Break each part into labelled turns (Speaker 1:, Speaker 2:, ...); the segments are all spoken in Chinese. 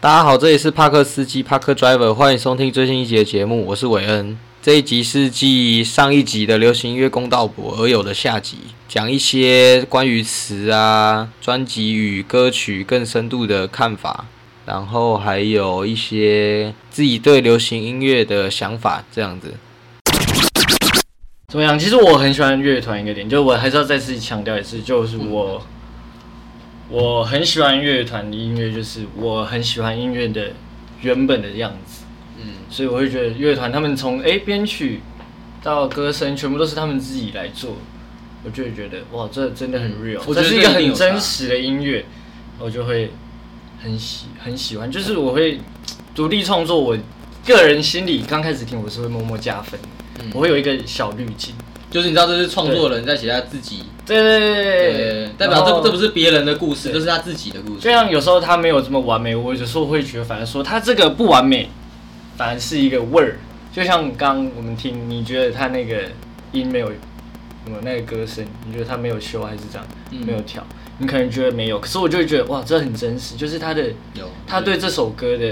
Speaker 1: 大家好，这里是帕克司机帕克 Driver，欢迎收听最新一集的节目，我是韦恩。这一集是继上一集的流行音乐公道博而有的下集，讲一些关于词啊、专辑与歌曲更深度的看法，然后还有一些自己对流行音乐的想法，这样子。
Speaker 2: 怎么样？其实我很喜欢乐团一个点，就我还是要再次强调一次，就是
Speaker 3: 嗯
Speaker 2: 我、我很喜欢乐团的音乐，就是我很喜欢音乐的原本的样子，
Speaker 1: 嗯，
Speaker 2: 所以我会觉得乐团他们从诶编曲到歌声，全部都是他们自己来做，我就会觉得哇，这真的很
Speaker 1: 嗯
Speaker 2: real，、
Speaker 3: 我觉
Speaker 2: 这
Speaker 3: 得
Speaker 2: 是一个
Speaker 3: 这一定
Speaker 2: 很
Speaker 3: 有差
Speaker 2: 真实的音乐，我就会很喜很喜欢，就是我会独立创作，我个人心里刚开始听我是会默默加分，
Speaker 3: 嗯
Speaker 2: 我会有一个小滤镜。
Speaker 3: 就是你知道这是创作人在写他自己，
Speaker 2: 对对对对对
Speaker 3: 对，，代表这这不
Speaker 2: 是
Speaker 3: 是别人的故事，
Speaker 2: 对
Speaker 3: 这是他自己的故
Speaker 2: 就
Speaker 3: 事。
Speaker 2: 像有时候他没有这么完美，我有时候会觉得，反而说他这个不完美，反而是一个味儿。就像刚我们听，你觉得他那个音没有，什么那个歌声，你觉得他没有修还是这样，
Speaker 3: 嗯
Speaker 2: 没有调，你可能觉得没有，可是我就会觉得哇，这很真实，就是他的
Speaker 3: 有
Speaker 2: 他对这首歌的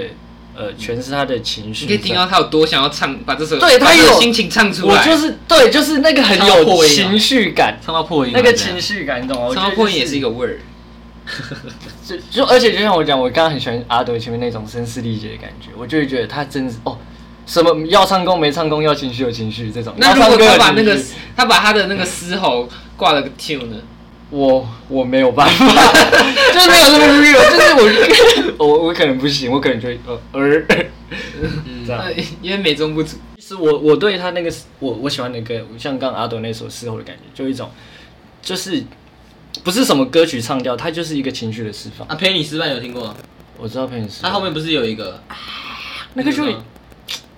Speaker 2: 呃诠释他的情绪在，
Speaker 4: 你可以听到他有多想要唱，把这首
Speaker 2: 对他
Speaker 4: 把这个
Speaker 2: 有
Speaker 4: 心情唱出
Speaker 2: 我
Speaker 4: 来。
Speaker 2: 就是对，就是那个很
Speaker 3: 唱到
Speaker 2: 有
Speaker 3: 破音啊
Speaker 2: 情绪感，
Speaker 3: 唱到破音啊，
Speaker 2: 那个
Speaker 3: 这样
Speaker 2: 情绪感，你懂吗？我觉得
Speaker 4: 唱到破音
Speaker 2: 就
Speaker 4: 也是一个味儿，
Speaker 2: 就就而且就像我讲，我刚刚很喜欢阿德前面那种声嘶力竭的感觉，我就会觉得他真是哦，什么要唱功没唱功，要情绪有情绪这种。
Speaker 4: 那
Speaker 2: 要
Speaker 4: 如果
Speaker 2: 唱歌
Speaker 4: 他
Speaker 2: 有
Speaker 4: 把那
Speaker 2: 情绪
Speaker 4: 个他把他的那个嘶吼挂了个 tune 呢？
Speaker 2: 我我没有办法， 就是没有那么 real，就是我 我我可能不行，我可能就会呃呃
Speaker 3: 嗯
Speaker 2: 这样
Speaker 4: 呃。因为美中不足。
Speaker 2: 其实我我对他那个我我喜欢的歌，像刚刚阿斗那首《事后》的感觉，就一种就是不是什么歌曲唱掉，它就是一个情绪的释放。
Speaker 3: 啊，陪你失败有听过吗？
Speaker 4: 啊
Speaker 2: 我知道朋友是
Speaker 3: 他后面不是有一个
Speaker 2: 啊那个就
Speaker 3: 那个吗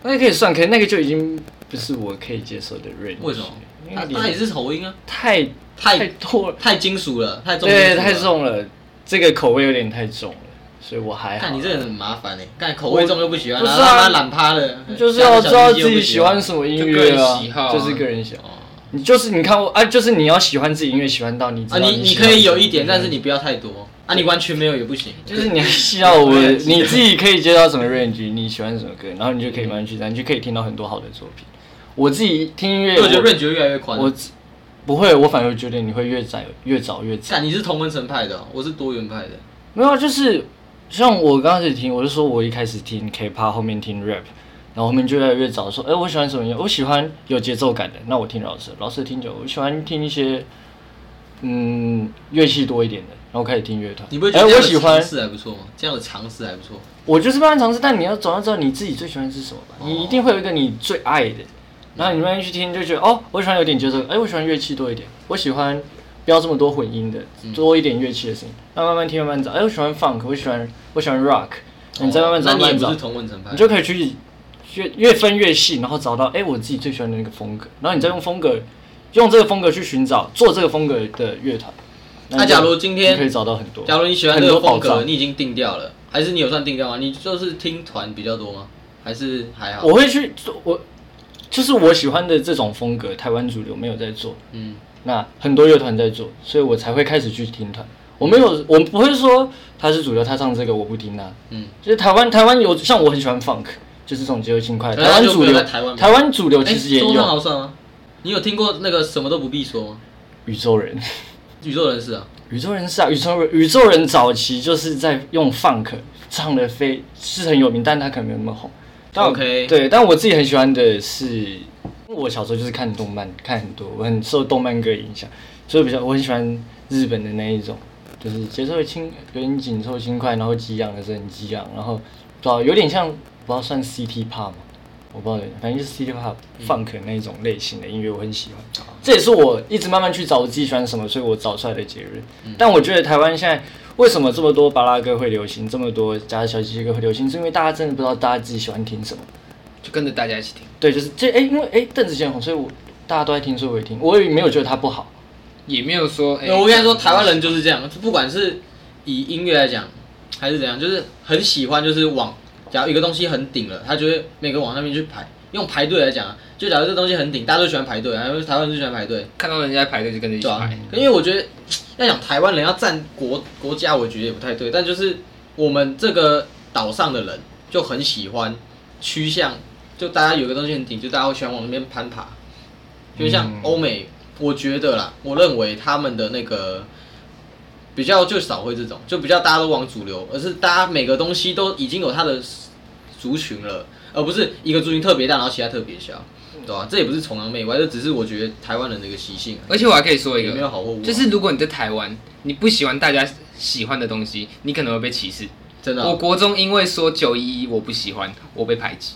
Speaker 2: 那个可以算，可是那个就已经不是我可以接受的 range。
Speaker 3: 为什么？
Speaker 2: 因
Speaker 3: 他
Speaker 2: 为
Speaker 3: 他也是喉音啊，
Speaker 2: 太
Speaker 3: 太
Speaker 2: 太多了，
Speaker 3: 太金属了，太重，
Speaker 2: 对，太。重了，这个口味有点太重了，所以我还好。
Speaker 3: 看你这个人很麻烦哎，看口味重又不喜欢，
Speaker 2: 不是
Speaker 3: 然
Speaker 2: 啊
Speaker 3: 后他妈懒趴的，
Speaker 2: 就是要知道
Speaker 3: 小鸡又
Speaker 2: 自
Speaker 3: 不
Speaker 2: 己喜欢什么音
Speaker 4: 就个
Speaker 2: 乐
Speaker 4: 人
Speaker 2: 啊
Speaker 4: 喜好，啊
Speaker 2: 就是个人喜好。
Speaker 3: 哦
Speaker 2: 你就是你看我啊，就是你要喜欢自己音乐，喜欢到你知
Speaker 3: 啊，
Speaker 2: 道
Speaker 3: 你你
Speaker 2: 喜
Speaker 3: 可
Speaker 2: 欢
Speaker 3: 以有
Speaker 2: 什么
Speaker 3: 一点，但是你不要太多啊，你完全没有也不行。
Speaker 2: 就是你需 要我，
Speaker 3: 对
Speaker 2: 你自己可以接到什么 range，你喜欢什么歌，然后你就可以慢慢去找，你就可以听到很多好的作品。我自己听音乐，
Speaker 3: 我觉得润觉越来越宽。
Speaker 2: 我不会，我反而觉得你会越早越早越早。
Speaker 3: 看你是同文层派的哦，我是多元派的。
Speaker 2: 没有啊，就是像我刚开始听，我就说我一开始听 K-pop，后面听 rap，然后后面就越来越早说，哎、我喜欢什么音乐？我喜欢有节奏感的，那我听饶舌，饶舌听久了，我喜欢听一些嗯乐器多一点的，然后开始听乐团。
Speaker 3: 你不会觉
Speaker 2: 哎、
Speaker 3: 得这
Speaker 2: 我
Speaker 3: 样
Speaker 2: 喜
Speaker 3: 的
Speaker 2: 欢
Speaker 3: 尝，试还不错吗？这样的尝试还不错。
Speaker 2: 我就是慢慢尝试，但你要总要知道你自己最喜欢的是什么吧，
Speaker 3: 哦
Speaker 2: 你一定会有一个你最爱的，然后你慢慢去听，就觉得哦，我喜欢有点节奏，哎、我喜欢乐器多一点，我喜欢不要这么多混音的，
Speaker 3: 嗯
Speaker 2: 多一点乐器的声音，那慢慢听，慢慢找，哎、我喜欢 funk，我喜欢我喜欢 rock，你再慢慢找，
Speaker 3: 哦那
Speaker 2: 慢
Speaker 3: 你也
Speaker 2: 慢
Speaker 3: 不
Speaker 2: 找
Speaker 3: 是，同文层派
Speaker 2: 你，就可以去越越分越细，然后找到哎、我自己最喜欢的那个风格，然后你再用风格，用这个风格去寻找做这个风格的乐团。
Speaker 3: 那
Speaker 2: 你就
Speaker 3: 假如今天
Speaker 2: 你可以找到很多，
Speaker 3: 假如你喜欢
Speaker 2: 很
Speaker 3: 这个
Speaker 2: 多宝
Speaker 3: 风格，
Speaker 2: 藏
Speaker 3: 你已经定掉了，还是你有算定掉吗？你就是听团比较多吗？还是还好？
Speaker 2: 我会去做我，就是我喜欢的这种风格，台湾主流没有在做，
Speaker 3: 嗯，
Speaker 2: 那很多乐团在做，所以我才会开始去听团。我没有，我不会说他是主流，他唱这个我不听啊。
Speaker 3: 嗯，
Speaker 2: 就是台湾，台湾有像我很喜欢 funk，就是这种节奏轻快。
Speaker 3: 可是
Speaker 2: 台
Speaker 3: 他
Speaker 2: 湾
Speaker 3: 啊就
Speaker 2: 主
Speaker 3: 没有
Speaker 2: 流，
Speaker 3: 在台湾
Speaker 2: 台湾主流
Speaker 3: 哎，
Speaker 2: 其实也
Speaker 3: 周上
Speaker 2: 有
Speaker 3: 豪算吗？你有听过那个什么都不必说吗？
Speaker 2: 宇宙人，
Speaker 3: 宇宙人士啊，
Speaker 2: 宇宙人是啊，宇宙人，宇宙人早期就是在用 funk 唱的非是很有名，但他可能没有那么红。但我
Speaker 3: OK
Speaker 2: 对，但我自己很喜欢的是，我小时候就是看动漫，看很多，我很受动漫歌影响，所以比较我很喜欢日本的那一种，就是节奏轻，有点紧凑轻快，然后激昂的是很激昂，然后不知道有点像不知道算 CT pop 吗？我不知道，反正就是 City Pop、Funk 那一种类型的音乐，我很喜欢。这也是我一直慢慢去找我自己喜欢什么，所以我找出来的结论。
Speaker 3: 嗯
Speaker 2: 但我觉得台湾现在为什么这么多巴拉歌会流行，这么多加小鸡歌会流行，是因为大家真的不知道大家自己喜欢听什么。
Speaker 4: 就跟着大家一起听，
Speaker 2: 对，就是这哎、因为哎、邓紫棋很红，所以我大家都在听，所以我也听，我也没有觉得它不好。
Speaker 4: 也没有说。哎，
Speaker 3: 呃我跟你说，台湾人就是这样，不管是以音乐来讲，还是怎样，就是很喜欢，就是往，假如一个东西很顶了，他就会每个往那边去排。用排队来讲啊，就假如这东西很顶，大家都喜欢排队，然后台湾人就喜欢排队，
Speaker 4: 看到人家排队就跟着一起
Speaker 3: 对啊
Speaker 4: 排。。
Speaker 3: 可因为我觉得要讲台湾人要站国国家，我觉得也不太对，但就是我们这个岛上的人就很喜欢趋向，就大家有个东西很顶，就大家会喜欢往那边攀爬。就像
Speaker 2: 嗯
Speaker 3: 欧美，我觉得啦，我认为他们的那个比较就少会这种，就比较大家都往主流，而是大家每个东西都已经有它的族群了，而不是一个族群特别大，然后其他特别小，对吧、这也不是崇洋媚外，这只是我觉得台湾人的一个习性啊而已。
Speaker 4: 而且我还可以说一
Speaker 3: 也没有好或啊
Speaker 4: 个
Speaker 3: 不，好
Speaker 4: 就是如果你在台湾，你不喜欢大家喜欢的东西，你可能会被歧视。
Speaker 3: 真的啊、
Speaker 4: 我国中因为说九一一我不喜欢，我被排挤，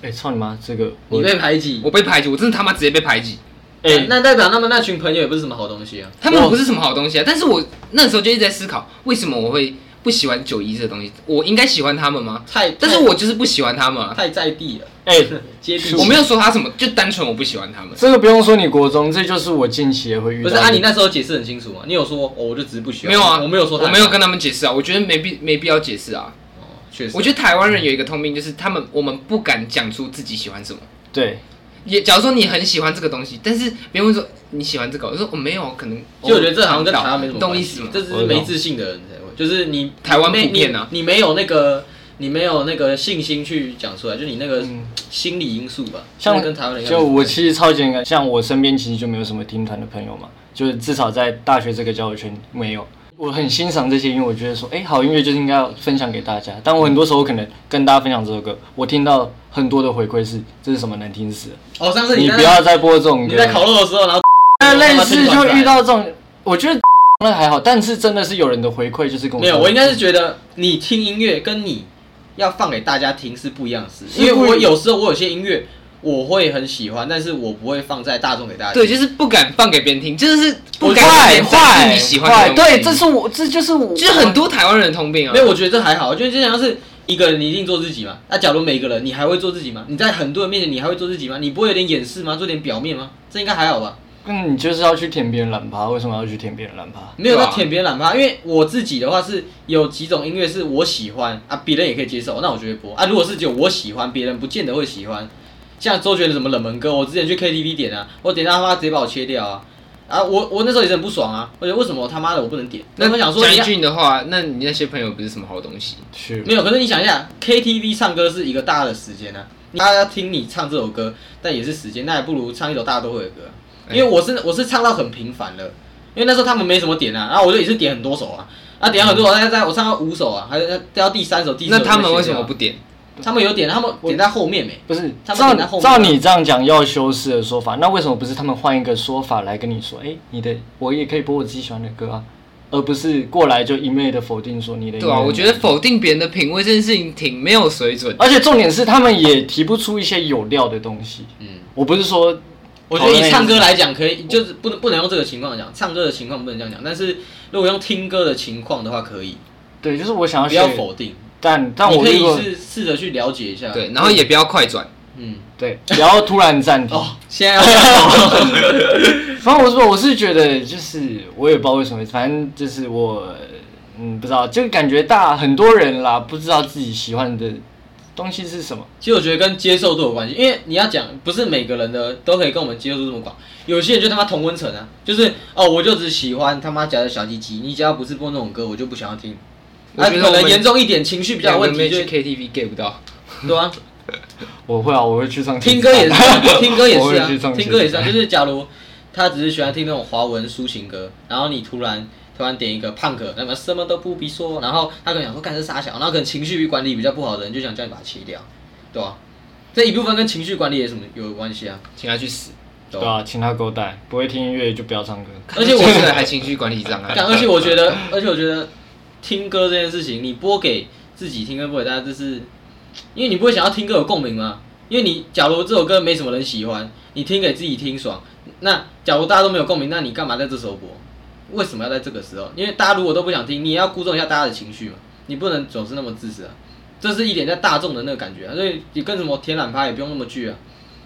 Speaker 2: 哎、操你妈！这个
Speaker 3: 你
Speaker 2: 我
Speaker 3: 被排挤，
Speaker 4: 我被排挤，我真的他妈直接被排挤。
Speaker 2: 哎、
Speaker 3: 那代表他们那群朋友也不是什么好东西啊。
Speaker 4: 他们不是什么好东西啊，但是我那时候就一直在思考，为什么我会不喜欢九一这个东西？我应该喜欢他们吗？
Speaker 3: 太，
Speaker 4: 但是我就是不喜欢他们啊、
Speaker 3: 太太在地了，
Speaker 2: 哎、
Speaker 3: 接地气。
Speaker 4: 我没有说他什么，就单纯我不喜欢他们。
Speaker 2: 这个不用说，你国中，这就是我近期也会遇
Speaker 3: 不
Speaker 2: 到
Speaker 3: 是
Speaker 2: 的。
Speaker 3: 啊，你那时候解释很清楚嘛，你有说哦，我就只是不喜欢。
Speaker 4: 没有啊，
Speaker 3: 我没有说他，
Speaker 4: 我没有跟他们解释啊，我觉得没必没必要解释啊。
Speaker 3: 哦，确实，
Speaker 4: 我觉得台湾人有一个通病，就是他们我们不敢讲出自己喜欢什么。
Speaker 2: 对，
Speaker 4: 也假如说你很喜欢这个东西，但是别人会说你喜欢这个，我说我、哦没有，可能
Speaker 3: 就我觉得这好像跟台湾没什么
Speaker 4: 你懂
Speaker 3: 关
Speaker 4: 意
Speaker 3: 系
Speaker 4: 思吗？
Speaker 3: 这只是没自信的人才会，就是你
Speaker 4: 台湾
Speaker 3: 没
Speaker 4: 普遍啊
Speaker 3: 你你没有那个。你没有那个信心去讲出来，就你那个
Speaker 2: 嗯
Speaker 3: 心理因素吧，
Speaker 2: 像
Speaker 3: 就是跟台湾人一样
Speaker 2: 就我其实超级敏感，像我身边其实就没有什么听团的朋友嘛，就是至少在大学这个交友圈没有。我很欣赏这些音乐，我觉得说，哎、好音乐就是应该要分享给大家。但我很多时候可能跟大家分享这首歌，我听到很多的回馈是，这是什么难听死了，
Speaker 3: 哦，上次
Speaker 2: 你
Speaker 3: 在
Speaker 2: 不要再播这种歌。
Speaker 3: 你在烤肉的时候，然后
Speaker 2: 那类似就遇到这种，我觉得 那还好，但是真的是有人的回馈就是跟我
Speaker 3: 没有，我应该是觉得你听音乐跟你要放给大家听是不一样的事，因为
Speaker 2: 是不一
Speaker 3: 我有时候我有些音乐我会很喜欢，但是我不会放在大众给大家听。
Speaker 4: 对，就是不敢放给别人听，就是不
Speaker 2: 不
Speaker 4: 敢
Speaker 2: 坏
Speaker 4: 给别人放
Speaker 2: 坏
Speaker 4: 你喜欢
Speaker 2: 坏，
Speaker 4: 的东西
Speaker 2: 对，这是我这就是我，
Speaker 4: 就是很多台湾人的通病啊。
Speaker 3: 没有，我觉得这还好，我觉得就像是一个人你一定做自己嘛。那、假如每个人你还会做自己吗？你在很多人面前你还会做自己吗？你不会有点掩饰吗？做点表面吗？这应该还好吧？
Speaker 2: 嗯，你就是要去舔别人懒趴，为什么要去舔别人懒趴？
Speaker 3: 没有
Speaker 4: 对
Speaker 3: 在
Speaker 4: 啊
Speaker 3: 舔别人懒趴，因为我自己的话是有几种音乐是我喜欢啊，别人也可以接受，那我就会播啊。如果是只有我喜欢，别人不见得会喜欢。像周杰伦什么冷门歌，我之前去 KTV 点啊，我点到他妈直接把我切掉啊。啊，我我那时候也是很不爽啊，我觉得为什么他妈的我不能点？那
Speaker 4: 那
Speaker 3: 我想说
Speaker 4: 讲
Speaker 3: 你
Speaker 4: 一
Speaker 3: 要
Speaker 4: 句的话，那你那些朋友不是什么好东西，
Speaker 2: 去
Speaker 3: 没有，可是你想一下，KTV 唱歌是一个大的时间啊，大家听你唱这首歌，但也是时间，那还不如唱一首大家都会的歌啊。因为我是我是唱到很频繁了，因为那时候他们没什么点啊，然后我就也是点很多首啊，啊点了很多首，大概在我唱到五首啊，还是到第三首、第四
Speaker 4: 那
Speaker 3: 首。
Speaker 4: 他们为什么不？点？
Speaker 3: 他们有点，他们点在后面没？欸
Speaker 2: 不是
Speaker 3: 他们
Speaker 2: 照
Speaker 3: 点在后面
Speaker 2: 照
Speaker 3: 啊
Speaker 2: 你这样讲要修饰的说法，那为什么不是他们换一个说法来跟你说？哎、你的我也可以播我自己喜欢的歌啊，而不是过来就一昧的否定说你的音乐。
Speaker 4: 对啊，我觉得否定别人的品味这件事情挺没有水准。
Speaker 2: 而且重点是他们也提不出一些有料的东西。
Speaker 3: 嗯，
Speaker 2: 我不是说
Speaker 3: 我觉得以唱歌来讲，可以就是不能不能用这个情况讲，唱歌的情况不能这样讲，但是如果用听歌的情况的话，可以
Speaker 2: 对，就是我想要
Speaker 3: 不要
Speaker 2: 学
Speaker 3: 否定，
Speaker 2: 但但
Speaker 3: 你
Speaker 2: 我
Speaker 3: 可
Speaker 2: 如
Speaker 3: 以
Speaker 2: 果
Speaker 3: 试试着去了解一下。
Speaker 4: 对，，然后也不要快转。
Speaker 3: 嗯，
Speaker 2: 对，不要突然暂停。
Speaker 3: 哦，现在要 讲什么
Speaker 2: 反正我说，我是觉得就是我也不知道为什么，反正就是我嗯不知道，就感觉大很多人啦，不知道自己喜欢的东西是什么。
Speaker 3: 其实我觉得跟接受度有关系，因为你要讲，不是每个人的都可以跟我们接受度这么广。有些人就他妈同温层啊，就是哦，我就只喜欢他妈假的小鸡鸡，你只要不是播那种歌，我就不想要听。
Speaker 4: 我
Speaker 3: 啊，
Speaker 4: 觉得
Speaker 3: 可
Speaker 4: 我
Speaker 3: 能
Speaker 4: 们
Speaker 3: 严重一点，情绪比较有问题，就
Speaker 4: 去 KTV get 不到。
Speaker 3: 对啊，
Speaker 2: 我会啊，我会去唱
Speaker 3: 听歌也是啊， 听歌也是
Speaker 2: 我会去
Speaker 3: 啊，
Speaker 2: 唱
Speaker 3: 听歌也是啊，就是假如他只是喜欢听那种华文抒情歌，然后你突然突然点一个 punk，那么什么都不必说，然后他可能想说干这傻小，然后可能情绪管理比较不好的人就想叫你把它切掉，对吧、这一部分跟情绪管理有什么有关系啊？
Speaker 4: 请他去死。
Speaker 3: 对
Speaker 2: 对啊，请他给我带，不会听音乐就不要唱歌。
Speaker 3: 而且我
Speaker 4: 现在还情绪管理障碍
Speaker 3: 干，。而且我觉得，而且我觉得听歌这件事情，你播给自己听跟播给大家，这是因为你不会想要听歌有共鸣嘛？因为你假如这首歌没什么人喜欢，你听给自己听爽，那假如大家都没有共鸣，那你干嘛在这时候播？为什么要在这个时候？因为大家如果都不想听，你也要估中一下大家的情绪嘛，你不能总是那么自私啊。这是一点在大众的那个感觉、啊，所以你跟什么天懒趴也不用那么倔啊，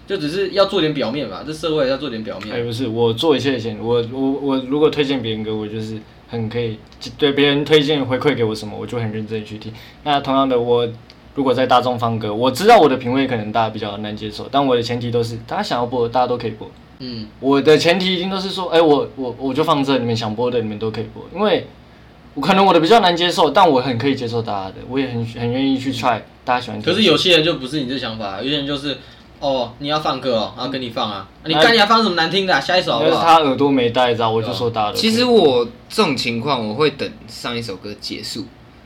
Speaker 3: 就只是要做点表面吧，这社会要做点表面。
Speaker 2: 哎，不是，我做一切前，我我我如果推荐别人歌，我就是很可以对别人推荐回馈给我什么，我就很认真地去听。那同样的，我如果在大众放歌，我知道我的品味可能大家比较难接受，但我的前提都是大家想要播，大家都可以播。
Speaker 3: 嗯，
Speaker 2: 我的前提一定都是说，哎、我我我就放这，你们想播的你们都可以播，因为我可能我的比较难接受，但我很可以接受大家的，我也很很愿意去 try 大家喜欢听。
Speaker 3: 可是有些人就不是你这想法，有些人就是哦，你要放歌哦，然后给你放啊，啊你
Speaker 2: 那
Speaker 3: 干你还放什么难听的啊、下一首好
Speaker 2: 但
Speaker 3: 不
Speaker 2: 是
Speaker 3: 好？
Speaker 2: 他耳朵没戴着啊，我就说大家的。
Speaker 4: 其实我这种情况，我会等上一首歌结束，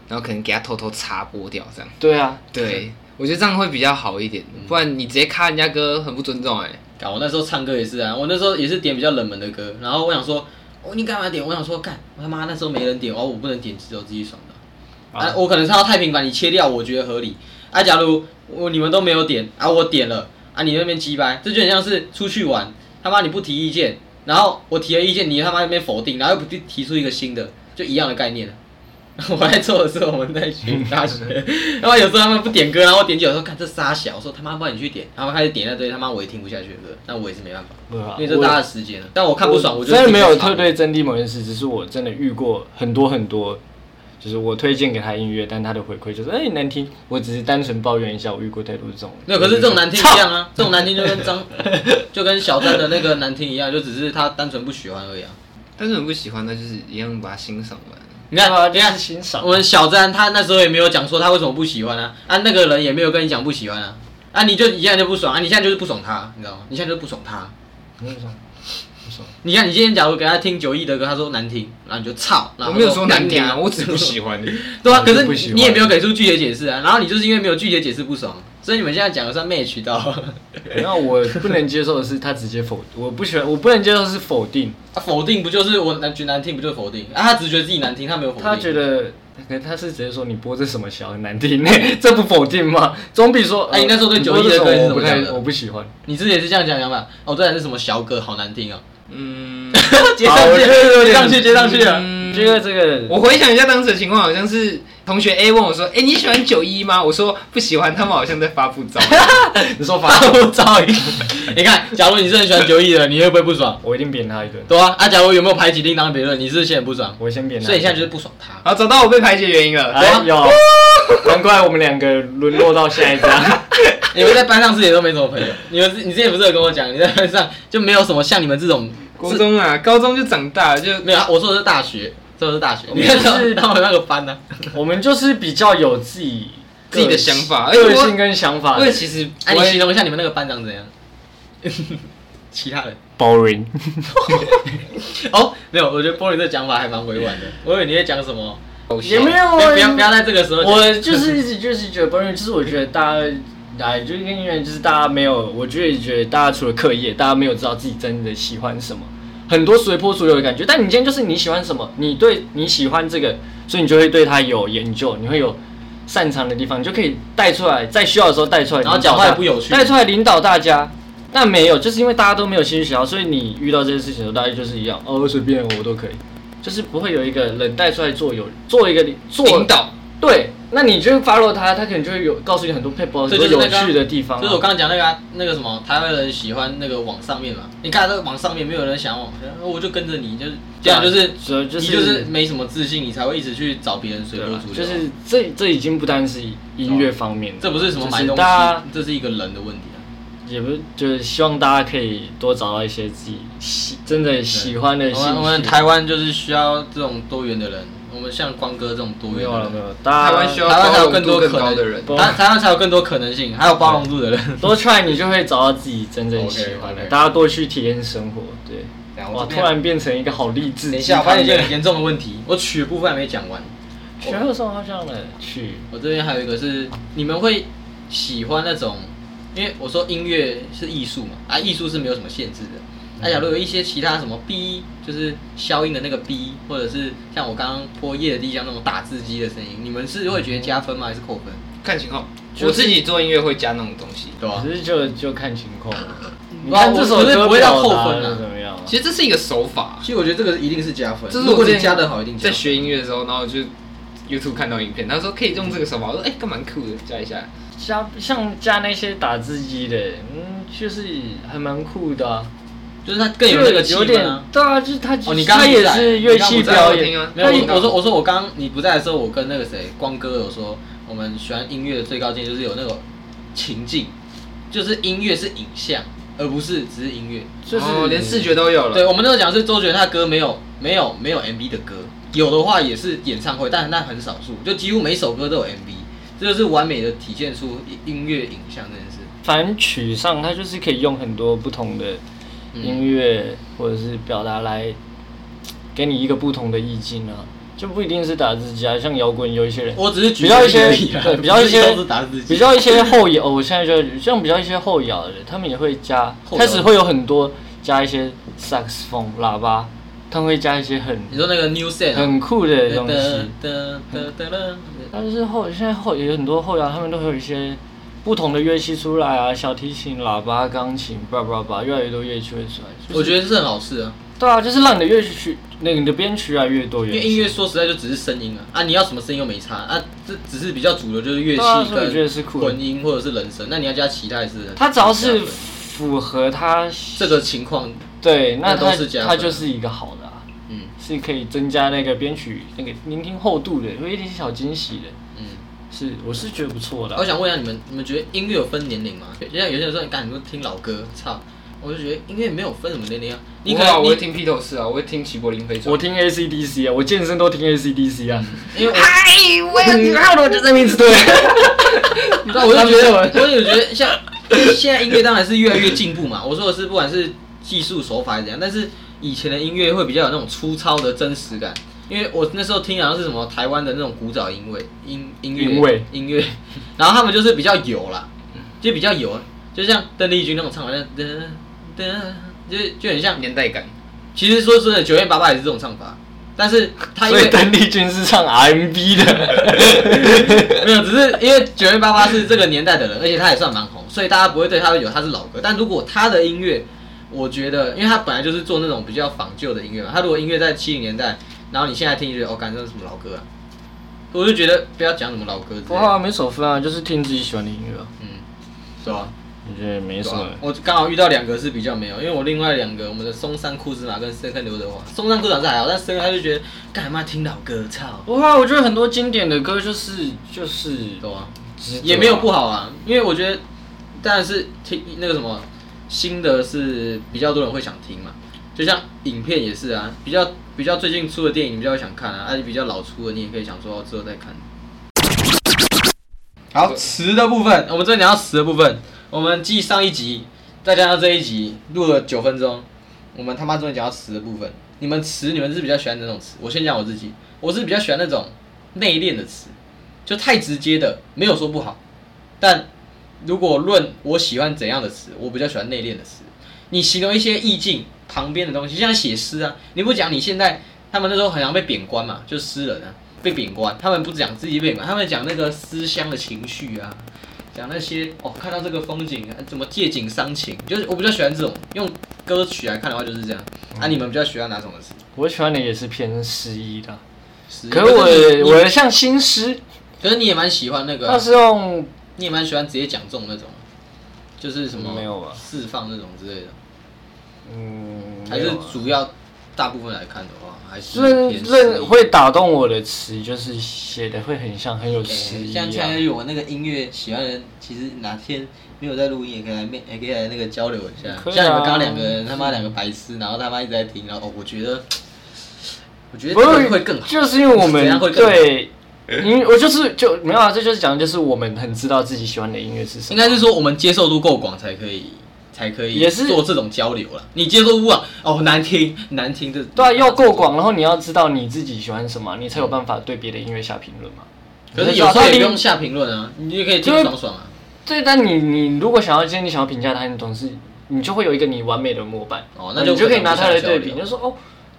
Speaker 4: 然后可能给他偷偷插播掉这样。
Speaker 2: 对啊，
Speaker 3: 嗯
Speaker 4: 对，我觉得这样会比较好一点，不然你直接卡人家歌很不尊重哎、
Speaker 3: 干我那时候唱歌也是啊，我那时候也是点比较冷门的歌，然后我想说，哦你干嘛点？我想说干，我他妈那时候没人点，哦我不能点，只有自己爽的。啊，我可能唱到太平凡，你切掉，我觉得合理。啊，假如我你们都没有点，啊，我点了，啊，你那边鸡掰，这就很像是出去玩，他妈你不提意见，然后我提了意见，你他妈那边否定，然后又不提提出一个新的，就一样的概念了。 我在做的时候，我们在群大学， 然后有时候他们不点歌，然后我点久了说，看这仨小，我说他妈不然你去点，他们开始点那堆他妈我也听不下去的歌，那我也是没办法，
Speaker 2: 对啊
Speaker 3: 因为这搭的时间了。但我看不爽， 我就
Speaker 2: 真的没有
Speaker 3: 自己去唱
Speaker 2: 特对真谛某件事，只是我真的遇过很多很多，就是我推荐给他音乐，但他的回馈就是哎、难听，我只是单纯抱怨一下，我遇过太多这种。
Speaker 3: 没有，可是这种难听一样啊，这种难听就跟张就跟小詹的那个难听一样，就只是他单纯不喜欢而已啊。
Speaker 4: 但是很不喜欢，那就是一样把它欣赏完。
Speaker 3: 你看，
Speaker 2: 啊，这样欣赏
Speaker 3: 我们小詹他那时候也没有讲说他为什么不喜欢啊，啊那个人也没有跟你讲不喜欢啊，啊你就你现在就不爽啊，你现在就是不爽他，你知道吗？你现在就是不爽他。
Speaker 2: 没有爽不爽
Speaker 3: 你看你今天假如给他听九一的歌，他说难听，然后你就操，然
Speaker 4: 我
Speaker 3: 后
Speaker 4: 没有说难听
Speaker 3: 干你
Speaker 4: 啊，我只是不 喜欢。
Speaker 3: 对啊，
Speaker 2: 我
Speaker 3: 可
Speaker 2: 就是不
Speaker 3: 你
Speaker 2: 喜欢
Speaker 3: 你也没有给出具体的解释啊，然后你就是因为没有具体的解释不爽，所以你们现在讲的算 match 到， 啊
Speaker 2: 然后我不能接受的是他直接否，我不喜欢，我不能接受是否定。
Speaker 3: 啊否定不就是我难觉得难听不就是否定啊？他只是觉得自己难听，他没有否定。
Speaker 2: 他觉得，可能他是直接说你播这什么小很难听，这不否定吗？总比说，
Speaker 3: 哎你那时候对
Speaker 2: 你
Speaker 3: 九
Speaker 2: 播
Speaker 3: 一的
Speaker 2: 这首
Speaker 3: 歌是
Speaker 2: 我
Speaker 3: 怎
Speaker 2: 不
Speaker 3: 么
Speaker 2: 太
Speaker 3: 讲，的
Speaker 2: 我不喜欢。
Speaker 3: 你自己也是这样讲讲吧？哦，这还是什么小歌，好难听哦。
Speaker 4: 嗯，
Speaker 3: 接
Speaker 2: 好我觉得有
Speaker 3: 接
Speaker 2: 点
Speaker 3: 上去，接上去了。
Speaker 4: 嗯
Speaker 2: 觉得这个，
Speaker 4: 我回想一下当时的情况，好像是同学 A 问我说：“哎、你喜欢九一吗？”我说不喜欢，他们好像在发布照。
Speaker 2: 你 说
Speaker 3: 发
Speaker 2: 法，
Speaker 3: 布噪音。你看，假如你是很喜欢九亿的，你会不会不爽？
Speaker 2: 我一定扁他一顿，
Speaker 3: 对啊，啊，假如有没有排挤另当别论，你是不是现在很不爽，
Speaker 2: 我先扁他。
Speaker 3: 所以你现在就是不爽他。
Speaker 4: 好，找到我被排解原因
Speaker 3: 啊
Speaker 4: 了。
Speaker 2: 哎有，难怪我们两个沦落到现在这样。
Speaker 3: 你们在班上自己都没什么朋友，你们你之前不是有跟我讲，你在班上就没有什么像你们这种
Speaker 4: 国中啊，高中就长大了，就
Speaker 3: 没有啊，我说的是大学，这是大学，
Speaker 2: 我
Speaker 3: 你
Speaker 2: 们
Speaker 3: 看到
Speaker 2: 是
Speaker 3: 到我那个班啊呢、
Speaker 2: 我们就是比较有自己
Speaker 4: 自己的想法而且我
Speaker 2: 个性跟想法
Speaker 4: 我。也其实
Speaker 3: 啊，哎、
Speaker 4: 不
Speaker 3: 你
Speaker 4: 会
Speaker 3: 形容一下你们那个班长怎样？ 其他人
Speaker 2: boring，
Speaker 3: 哦，没有，我觉得波林这讲法还蛮委婉的，我以为你在讲什 么。
Speaker 2: 也没有
Speaker 3: 不要不要
Speaker 2: 啊。
Speaker 3: 在这个时候讲，
Speaker 2: 我就是一直就是觉得 boring，就是我觉得大家。哎，就因为就是大家没有，我觉得觉得大家除了课业，大家没有知道自己真的喜欢什么，很多随波逐流的感觉。但你今天就是你喜欢什么，你对你喜欢这个，所以你就会对它有研究，你会有擅长的地方，你就可以带出来，在需要的时候带出来，
Speaker 3: 然后
Speaker 2: 领导
Speaker 3: 讲话也
Speaker 2: 大
Speaker 3: 不有趣
Speaker 2: 带出来领导大家。但没有，就是因为大家都没有兴趣想要，所以你遇到这些事情的时候，大家就是一样，哦，随便我都可以，就是不会有一个人带出来做有做一个做
Speaker 4: 领导，
Speaker 2: 对，那你就 follow 他，他可能就会有告诉你很多 people
Speaker 3: 这就
Speaker 2: 很多
Speaker 3: 是那
Speaker 2: 有
Speaker 3: 个啊
Speaker 2: 趣的地方、啊。
Speaker 3: 就是我刚刚讲那个啊、那个什么，台湾人喜欢那个往上面嘛。你看这个往上面，没有人想往，然后我就跟着你，就是这样，就是
Speaker 2: 主要啊就是
Speaker 3: 你就是没什么自信，你才会一直去找别人随
Speaker 2: 对
Speaker 3: 波
Speaker 2: 啊
Speaker 3: 逐流。
Speaker 2: 就是这这已经不单是音乐方面的，
Speaker 3: 这不是什么买
Speaker 2: 就
Speaker 3: 东西
Speaker 2: 大家，
Speaker 3: 这是一个人的问题啊。
Speaker 2: 也不是就是希望大家可以多找到一些自己喜真的喜欢的
Speaker 3: 我
Speaker 2: 兴
Speaker 3: 们
Speaker 2: 趣。
Speaker 3: 我们台湾就是需要这种多元的人，我们像光哥这种多元
Speaker 2: 没有了
Speaker 3: 的
Speaker 2: 没有
Speaker 3: 人，
Speaker 2: 了，大
Speaker 4: 台
Speaker 2: 家
Speaker 4: 湾需要
Speaker 3: 台湾才有
Speaker 4: 包容
Speaker 3: 多
Speaker 4: 度更
Speaker 3: 可
Speaker 4: 高
Speaker 3: 能
Speaker 4: 的人。
Speaker 2: 包
Speaker 3: 台台湾才有更多可能性，还有包容度的人。
Speaker 2: 多 try 你就会找到自己真正喜欢的。
Speaker 3: OK，OK
Speaker 2: 大家多去体验生活，对。
Speaker 3: 等一下
Speaker 2: 哇，
Speaker 3: 我这
Speaker 2: 突
Speaker 3: 边
Speaker 2: 然变成一个好励 志。
Speaker 3: 等一下，我发现一件很严重的问题，我曲的部分还没讲完。
Speaker 2: 学校送好像的去
Speaker 3: 我这边还有一个是，你们会喜欢那种，因为我说音乐是艺术嘛，啊，艺术是没有什么限制的。那、假如有一些其他什么 B，就是消音的那个 B，或者是像我刚刚播夜的地像那种打字机的声音，你们是会觉得加分吗？还是扣分？
Speaker 4: 看情况，
Speaker 2: 就是
Speaker 4: 我自己做音乐会加那种东西。
Speaker 3: 对啊吧、
Speaker 2: 只是就就看情况了。你
Speaker 3: 哦哇
Speaker 2: 看这首
Speaker 3: 我可是
Speaker 2: 歌
Speaker 3: 不会到
Speaker 2: 表
Speaker 3: 扣
Speaker 2: 达
Speaker 3: 分啊
Speaker 2: 的怎么样啊？
Speaker 4: 其实这是一个手法，
Speaker 3: 其实我觉得这个一定是加分，
Speaker 4: 这是
Speaker 3: 如
Speaker 4: 我
Speaker 3: 果
Speaker 4: 之
Speaker 3: 你
Speaker 4: 前
Speaker 3: 加的好，一定加
Speaker 4: 在
Speaker 3: 分。
Speaker 4: 学音乐的时候，然后就 YouTube 看到影片，他说可以用这个手法，我说哎，干、蛮酷的，加一下。
Speaker 2: 加像加那些打字机的，嗯，就是还蛮酷的、啊，
Speaker 3: 就是它更有那个气
Speaker 2: 有
Speaker 3: 氛
Speaker 2: 点
Speaker 3: 啊。
Speaker 2: 对啊，就是他
Speaker 3: 哦你刚刚
Speaker 2: 他也
Speaker 3: 不在
Speaker 2: 是乐器
Speaker 3: 你刚
Speaker 2: 表
Speaker 4: 不在我听
Speaker 2: 演
Speaker 4: 啊，
Speaker 3: 没有，
Speaker 2: 他也
Speaker 3: 我我说我说我刚你不在的时候，我跟那个谁光哥有说，我们喜欢音乐的最高境界就是有那种情境，就是音乐是影像，而不是只是音乐。
Speaker 2: 就是、
Speaker 4: 哦连视觉都有了。
Speaker 3: 对，我们那时候讲是周杰伦他的歌没有没有没有 MV 的歌，有的话也是演唱会，但那很少数，就几乎每首歌都有 MV，这就是完美的体现出音乐影像这件事。
Speaker 2: 反正曲上它就是可以用很多不同的
Speaker 3: 嗯
Speaker 2: 音乐、或者是表达来给你一个不同的意境啊，就不一定是打字机啊，像摇滚有一些人。
Speaker 3: 我只是举
Speaker 2: 比较一
Speaker 3: 个
Speaker 2: 些
Speaker 3: 例子啊
Speaker 2: 对比较一
Speaker 3: 不
Speaker 2: 些
Speaker 3: 是都是打字机
Speaker 2: 比较一些后摇，我现在就像比较一些后摇的，他们也会加，
Speaker 3: 后摇
Speaker 2: 开始会有很多加一些萨克斯风、喇叭，他们会加一些很
Speaker 3: 你说那个 New Set 啊
Speaker 2: 很酷的东西。
Speaker 3: 哒哒哒哒
Speaker 2: 但是后现在后有很多后摇，他们都会有一些不同的乐器出来啊，小提琴、喇叭、钢琴，叭叭叭，越来越多乐器会出来。就是
Speaker 3: 我觉得是很好事啊，
Speaker 2: 对啊，就是让你的乐曲，那个你的编曲越来越多
Speaker 3: 因
Speaker 2: 元
Speaker 3: 为
Speaker 2: 性，
Speaker 3: 音乐说实在就只是声音啊，啊你要什么声音又没差啊，这只是比较主流就是乐
Speaker 2: 对啊
Speaker 3: 器
Speaker 2: 所以我觉得是
Speaker 3: 跟
Speaker 2: 酷的
Speaker 3: 混音或者是人声，那你要加其他也是很。
Speaker 2: 它只要是
Speaker 3: 加分
Speaker 2: 符合它
Speaker 3: 这个情况，
Speaker 2: 对，
Speaker 3: 那
Speaker 2: 那
Speaker 3: 都
Speaker 2: 它
Speaker 3: 是加分
Speaker 2: 它就是一个好的、啊，
Speaker 3: 嗯
Speaker 2: 是可以增加那个编曲那个聆听厚度的，有一点小惊喜的，
Speaker 3: 嗯。
Speaker 2: 是我是觉得不错的啊、
Speaker 3: 我想问一下你们，你们觉得音乐有分年龄吗？就像有些人说，你干你都听老歌，操！我就觉得音乐没有分什么年龄啊，你
Speaker 4: 你
Speaker 3: 可
Speaker 4: 可
Speaker 3: 能
Speaker 4: 我
Speaker 3: 你
Speaker 4: 会听披头士啊，我会听齐柏林飞船。
Speaker 2: 我听 ACDC 啊，我健身都听 ACDC 啊，
Speaker 3: 因为我
Speaker 4: 哎，我要你看我就这 名字对。
Speaker 3: 你知道，我就觉得，
Speaker 2: 他们
Speaker 3: 我就觉得像现在音乐当然是越来越进步嘛。我说的是，不管是技术手法还是怎样，但是以前的音乐会比较有那种粗糙的真实感。因为我那时候听好像是什么台湾的那种古早音乐音音乐
Speaker 2: 音味
Speaker 3: 音乐，然后他们就是比较油啦，就比较油，就像邓丽君那种唱法，那噔噔，就是就很像。
Speaker 4: 年代感，
Speaker 3: 其实说真的，九点八八也是这种唱法，但是他因
Speaker 2: 所以
Speaker 3: 为
Speaker 2: 邓丽君是唱 RMB 的，
Speaker 3: 没有，只是因为九零八八是这个年代的人，而且他也算蛮红，所以大家不会对他有他是老歌。但如果他的音乐，我觉得，因为他本来就是做那种比较仿旧的音乐嘛，他如果音乐在七零年代，然后你现在听就觉得哦，感觉什么老歌啊，我就觉得不要讲什么老歌之类
Speaker 2: 哇，
Speaker 3: 的，
Speaker 2: 没首分啊，就是听自己喜欢的音乐啊、
Speaker 3: 嗯，对啊，
Speaker 2: 我觉得没
Speaker 3: 对
Speaker 2: 什
Speaker 3: 啊
Speaker 2: 么。
Speaker 3: 我刚好遇到两个是比较没有，因为我另外两个，我们的松山库兹马跟深坑刘德华，松山库兹马是还好，但深坑他就觉得干嘛听老歌，操，
Speaker 2: 不会啊，我觉得很多经典的歌就是就是
Speaker 3: 懂啊。
Speaker 2: 值得啊
Speaker 3: 也没有不好啊，因为我觉得，当然是听那个什么新的是比较多人会想听嘛，就像影片也是啊，比较比较最近出的电影你比较会想看啊，而且比较老出的你也可以想说哦之后再看。好，词的部分，我们这里聊到词的部分，我们继上一集再加上这一集录了九分钟，我们他妈终于讲到词的部分。你们词，你们是比较喜欢哪种词？我先讲我自己，我是比较喜欢那种内敛的词，就太直接的，没有说不好。但如果论我喜欢怎样的词，我比较喜欢内敛的词。你形容一些意境旁边的东西，就像写诗啊，你不讲你现在他们那时候很常被贬官嘛，就诗人啊被贬官，他们不讲自己被贬官，他们讲那个思乡的情绪啊，讲那些哦看到这个风景啊怎么借景伤情，就是我比较喜欢这种用歌曲来看的话就是这样。啊，
Speaker 2: 嗯
Speaker 3: 你们比较喜欢哪种的词？
Speaker 2: 我喜欢的也是偏诗意的啊，
Speaker 3: 诗
Speaker 2: 可是我
Speaker 3: 你
Speaker 2: 我的像新诗，
Speaker 3: 可是你也蛮喜欢那个啊、
Speaker 2: 那是用
Speaker 3: 你也蛮喜欢直接讲中那种，就是什么
Speaker 2: 没有吧
Speaker 3: 释放那种之类的，
Speaker 2: 嗯，
Speaker 3: 还
Speaker 2: 没
Speaker 3: 是
Speaker 2: 有啊
Speaker 3: 主要大部分来看的话，还是
Speaker 2: 认
Speaker 3: 偏
Speaker 2: 认会打动我的词，就是写的会很像很有诗
Speaker 3: 欸
Speaker 2: 意
Speaker 3: 像
Speaker 2: 啊
Speaker 3: 蔡。依我那个音乐喜欢的人，其实哪天没有在录音，也可以来面，也可以来那个交流一下。
Speaker 2: 可以啊
Speaker 3: 像你们刚刚两个人，他妈两个白痴，然后他妈一直在听，然后哦，我觉得，我觉得
Speaker 2: 不
Speaker 3: 这
Speaker 2: 是
Speaker 3: 个会更好，
Speaker 2: 就是因为我
Speaker 3: 怎
Speaker 2: 们
Speaker 3: 样会更好
Speaker 2: 对，因为我就是就没有啊，这就是讲的就是我们很知道自己喜欢的音乐是什
Speaker 3: 应
Speaker 2: 么。
Speaker 3: 该是说我们接受度够广才可以。才可以
Speaker 2: 也是
Speaker 3: 做这种交流了。你接受度啊，哦，难听，难听这
Speaker 2: 对啊，要够广，然后你要知道你自己喜欢什么，你才有办法对别的音乐下评论嘛。
Speaker 3: 可是有时候也
Speaker 2: 你
Speaker 3: 不用下评论啊，你就可以听爽爽啊。
Speaker 2: 对，但你你如果想要今天你想要评价他，你总是你就会有一个你完美的模板，
Speaker 3: 哦那就
Speaker 2: 你就可以拿它来
Speaker 3: 可能
Speaker 2: 对
Speaker 3: 不想交
Speaker 2: 比，
Speaker 3: 流
Speaker 2: 你就说哦，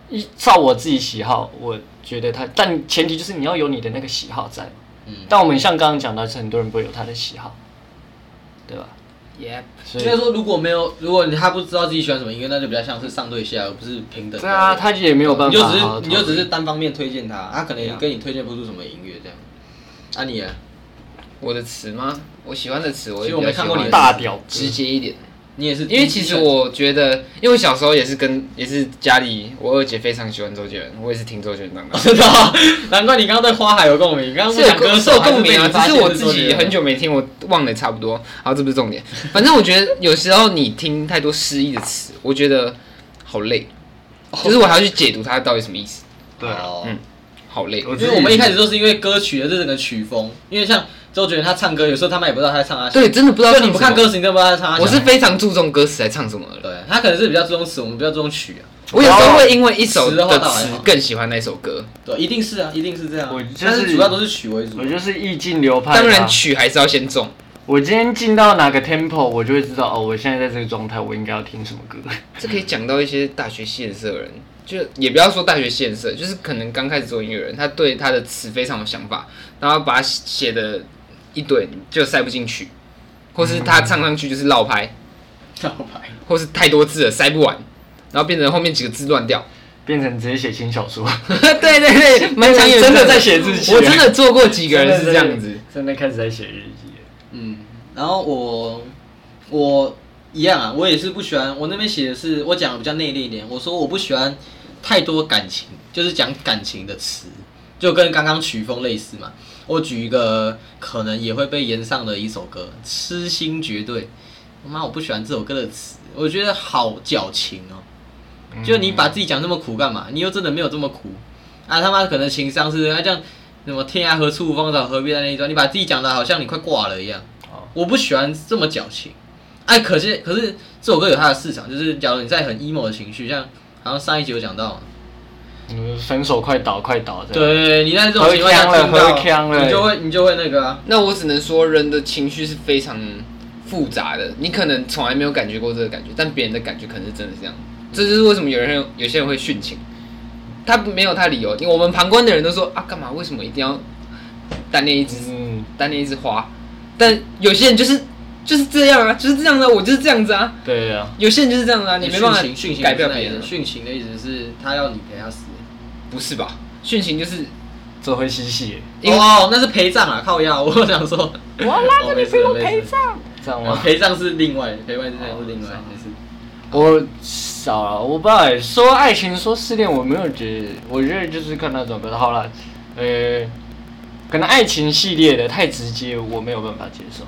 Speaker 2: 依照我自己喜好，我觉得他，但前提就是你要有你的那个喜好在。
Speaker 3: 嗯，
Speaker 2: 但我们像刚刚讲到，是很多人不会有他的喜好，对吧？
Speaker 4: Yep，
Speaker 2: 所
Speaker 3: 应
Speaker 2: 以
Speaker 3: 该说如果没有，如果他不知道自己喜欢什么音乐，那就比较像是上对下，而不是平等的。
Speaker 2: 对啊，他也没有办
Speaker 3: 你就
Speaker 2: 法
Speaker 3: 只
Speaker 2: 好
Speaker 3: 是
Speaker 2: 好
Speaker 3: 你就只是
Speaker 2: 讨论
Speaker 3: 单方面推荐他，他可能也
Speaker 2: 对啊
Speaker 3: 跟你推荐不出什么音乐这样。啊你啊，
Speaker 4: 我的词吗？我喜欢的词，我
Speaker 3: 其
Speaker 4: 也
Speaker 3: 实我没看过你的嗯
Speaker 2: 大屌哥
Speaker 4: 直接一点。
Speaker 3: 你也是，
Speaker 4: 因为其实我觉得，因为我小时候也是跟也是家里，我二姐非常喜欢周杰伦，我也是听周杰伦长大
Speaker 3: 。真的哦，难怪你刚刚对花海有共鸣，刚刚
Speaker 4: 是
Speaker 3: 不讲歌
Speaker 4: 有
Speaker 3: 手
Speaker 4: 受共鸣啊，只是我自己很
Speaker 3: 久
Speaker 4: 久没听，我忘了差不多。好，这不是重点，反正我觉得有时候你听太多诗意的词，我觉得好累。就是我还要去解读它到底什么意思，
Speaker 5: 对啊，
Speaker 3: 哦
Speaker 4: 嗯好累。
Speaker 5: 因
Speaker 3: 因为我们一开始都是因为歌曲的这整个曲风，因为像周杰伦他唱歌，有时候他们也不知道他在唱啊。
Speaker 4: 对，真的不知道
Speaker 3: 就
Speaker 4: 唱
Speaker 3: 你不看
Speaker 4: 什么
Speaker 3: 歌词，你都不知道他在唱啊。
Speaker 4: 我是非常注重歌词在唱什么的。
Speaker 3: 对他可能是比较注重词，我们比较注重曲啊。
Speaker 4: 我有时候会因为一首
Speaker 3: 词的话
Speaker 4: 的
Speaker 3: 倒还
Speaker 4: 词
Speaker 3: 好
Speaker 4: 更喜欢那首歌，
Speaker 3: 对，一定是啊，一定是这样啊。
Speaker 2: 我就是
Speaker 3: 但是主要都是曲为主
Speaker 2: 我。就是意境流派、啊。
Speaker 4: 当然曲还是要先中。
Speaker 2: 我今天进到哪个 tempo，我就会知道哦，我现在在这个状态，我应该要听什么歌。
Speaker 4: 这可以讲到一些大学现社人，就也不要说大学现社，就是可能刚开始做音乐人，他对他的词非常有想法，然后把它写的一堆就塞不进去，或是他唱上去就是绕拍，
Speaker 3: 告 白。
Speaker 4: 或是太多字了塞不完，然后变成后面几个字乱掉。
Speaker 2: 变成直接写轻小说，
Speaker 4: 对对对，蛮常有
Speaker 2: 真的在写啊日记
Speaker 4: 我真的做过几个人是这样子，，
Speaker 2: 真的开始在写日记。
Speaker 3: 嗯，然后我我一样啊，我也是不喜欢。我那边写的是我讲的比较内敛一点，我说我不喜欢太多感情，就是讲感情的词，就跟刚刚曲风类似嘛。我举一个可能也会被延上的一首歌，《痴心绝对》。妈，我不喜欢这首歌的词，我觉得好矫情哦。
Speaker 2: 嗯
Speaker 3: 就你把自己讲那么苦干嘛？你又真的没有这么苦啊！他妈可能情商是啊，这样什么天涯何处无芳草，何必在那一端？你把自己讲的好像你快挂了一样。
Speaker 2: 哦
Speaker 3: 我不喜欢这么矫情。哎、可是可是这首歌有它的市场，就是假如你在很 emo 的情绪，像好像上一集有讲到嘛，
Speaker 2: 嗯分手快倒快倒这样。
Speaker 3: 对，你在这种情况下
Speaker 2: 喝呛了
Speaker 3: 听到
Speaker 2: 喝呛了
Speaker 3: 你就会你就会那个啊，
Speaker 4: 那我只能说，人的情绪是非常复杂的，你可能从来没有感觉过这个感觉，但别人的感觉可能是真的是这样。这就是为什么有人有些人会殉情，他没有他理由。因为我们旁观的人都说啊，干嘛？为什么一定要单恋一枝
Speaker 2: 嗯，
Speaker 4: 单恋一枝花？但有些人就是就是这样啊，就是这样的、啊，我就是这样子啊。
Speaker 2: 对啊，
Speaker 4: 有些人就是这样子啊，你没办法
Speaker 3: 殉情殉情
Speaker 4: 改变
Speaker 3: 不是那啊
Speaker 4: 别
Speaker 3: 意
Speaker 4: 人
Speaker 3: 思。殉情的意思是他要你陪他死。
Speaker 4: 不是吧？殉情就是
Speaker 2: 这会嬉戏，
Speaker 4: 因为
Speaker 3: 哦，那是陪葬啊，靠腰。我想说，哦我拉着你陪我陪葬。
Speaker 2: 这样
Speaker 3: 我
Speaker 2: 吗？
Speaker 3: 陪葬是另外，陪伴是这样是另外一件事。
Speaker 2: 我少了，我不知道欸说爱情说失恋，我没有觉得，我觉得就是看那种歌。好了，呃，可能爱情系列的太直接，我没有办法接受。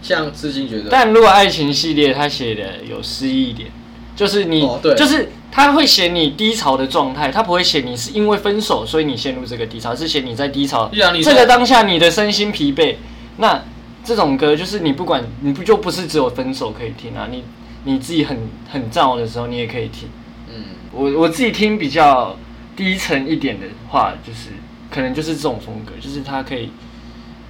Speaker 3: 像痴心绝对，
Speaker 2: 但如果爱情系列他写的有诗意一点，就是你，
Speaker 3: 哦对
Speaker 2: 就是他会写你低潮的状态，他不会写你是因为分手所以你陷入这个低潮，是写你在低潮
Speaker 3: 就像你说
Speaker 2: 这个当下你的身心疲惫。那这种歌就是你不管你不就不是只有分手可以听啊，你你自己很很燥的时候你也可以听。
Speaker 3: 嗯，
Speaker 2: 我我自己听比较低沉一点的话，就是可能就是这种风格，就是它可以，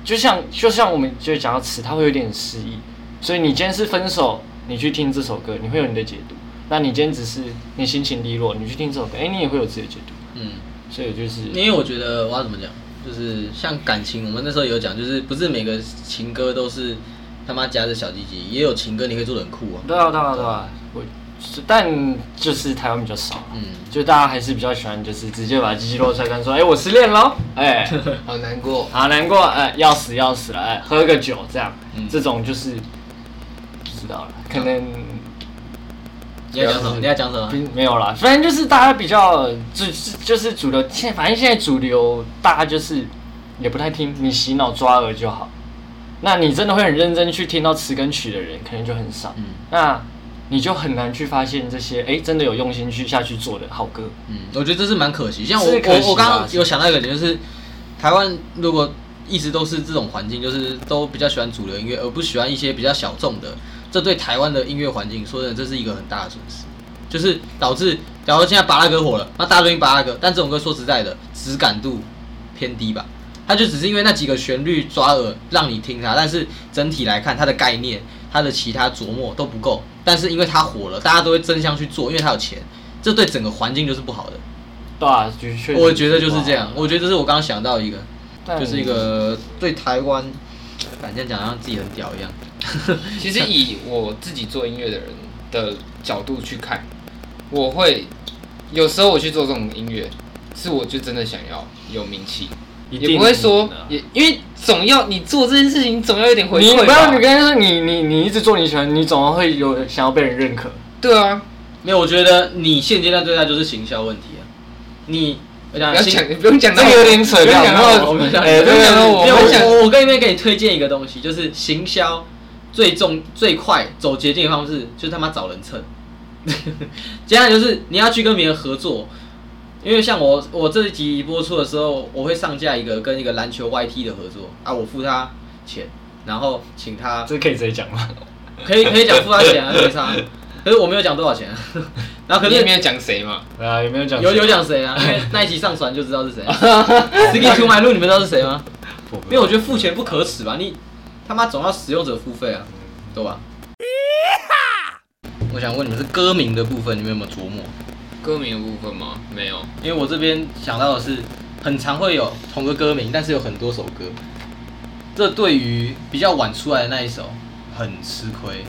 Speaker 2: 就像就像我们就讲到词，它会有点诗意，所以你今天是分手，你去听这首歌，你会有你的解读；那你今天只是你心情低落，你去听这首歌，哎、你也会有自己的解读。
Speaker 3: 嗯，
Speaker 2: 所以我就是
Speaker 3: 因为我觉得我要怎么讲，就是像感情，我们那时候有讲，就是不是每个情歌都是他妈夹着小鸡鸡，也有情歌你可以做的很酷啊。
Speaker 2: 对啊对啊对啊，我是但就是台湾比较少。
Speaker 3: 嗯，
Speaker 2: 就大家还是比较喜欢，就是直接把鸡鸡露出来干，说：“哎、我失恋喽！”哎、
Speaker 4: 好难过。
Speaker 2: 好难过，哎、要死要死了，哎、喝个酒这样，
Speaker 3: 嗯
Speaker 2: 这种就是不知道了，可能
Speaker 3: 你要讲什么？你要讲什
Speaker 4: 啊
Speaker 3: 么？啊
Speaker 2: 并没有啦，反正就是大家比较就就是主流，现反正现在主流大家就是也不太听，你洗脑抓耳就好。那你真的会很认真去听到词跟曲的人，可能就很少。
Speaker 3: 嗯
Speaker 2: 那你就很难去发现这些哎、真的有用心去下去做的好歌。
Speaker 3: 嗯，我觉得这是蛮可惜。像我
Speaker 2: 是可惜啊
Speaker 3: 我我刚刚有想到一个点，就是台湾如果一直都是这种环境，就是都比较喜欢主流音乐，而不喜欢一些比较小众的，这对台湾的音乐环境，说真的，这是一个很大的损失。就是导致，假如现在巴拉歌火了，那大家都听巴拉歌，但这种歌说实在的，质感度偏低吧。它就只是因为那几个旋律抓耳，让你听它，但是整体来看，它的概念、它的其他琢磨都不够。但是因为它火了，大家都会争相去做，因为它有钱，这对整个环境就是不好的。
Speaker 2: 对啊，的确，
Speaker 3: 我觉得就是这样，我觉得这是我刚刚想到一个，
Speaker 4: 啊
Speaker 2: 但
Speaker 3: 就是一个对台湾，反正讲像自己很屌一样。
Speaker 4: 其实以我自己做音乐的人的角度去看，我会有时候我去做这种音乐，是我就真的想要有名气，
Speaker 2: 一
Speaker 4: 也
Speaker 2: 定
Speaker 4: 不会说
Speaker 2: 的
Speaker 3: 嗯
Speaker 4: 也因为总要你做这件事情总要有点回
Speaker 2: 你
Speaker 4: 馈
Speaker 2: 不要，
Speaker 4: 吧
Speaker 2: 你。跟他说你你你一直做你喜欢，你总会有想要被人认可。
Speaker 4: 对啊，
Speaker 3: 没有，我觉得你现阶段对待就是行销问题啊。你我
Speaker 4: 不
Speaker 3: 讲
Speaker 4: 要
Speaker 3: 行
Speaker 4: 讲，不用讲
Speaker 2: 这
Speaker 4: 到
Speaker 2: 个有点扯掉，然
Speaker 4: 不用讲到
Speaker 2: 后
Speaker 4: 我们
Speaker 2: 哎，
Speaker 4: 不用讲到
Speaker 2: 对
Speaker 4: 我
Speaker 3: 呃没
Speaker 4: 们
Speaker 3: 有，
Speaker 4: 讲
Speaker 3: 我我跟你们给你推荐一个东西，就是行销最重最快走捷径的方式，就是他妈找人蹭。 接下来就是你要去跟别人合作，因为像我我这一集播出的时候，我会上架一个跟一个篮球 YT 的合作啊，我付他钱，然后请他
Speaker 2: 这可以直接讲 吗？
Speaker 3: 可以可以讲付他钱啊， 没差。可是我没有讲多少钱、啊，然后可
Speaker 4: 你也没
Speaker 3: 是
Speaker 4: 有讲谁嘛？
Speaker 2: 啊，有没有讲？
Speaker 3: 有有 讲谁啊？因为那一集上传就知道是谁、 啊。Sticky to my room，你们知道是谁吗？
Speaker 2: 我不
Speaker 3: 因为我觉得付钱不可耻吧，你他妈总要使用者付费啊，对吧？ 我想问你们是歌名的部分，你们有没有琢磨？
Speaker 4: 歌名的部分吗？没有。
Speaker 3: 因为我这边想到的是，很常会有同个歌名，但是有很多首歌，这对于比较晚出来的那一首很吃亏。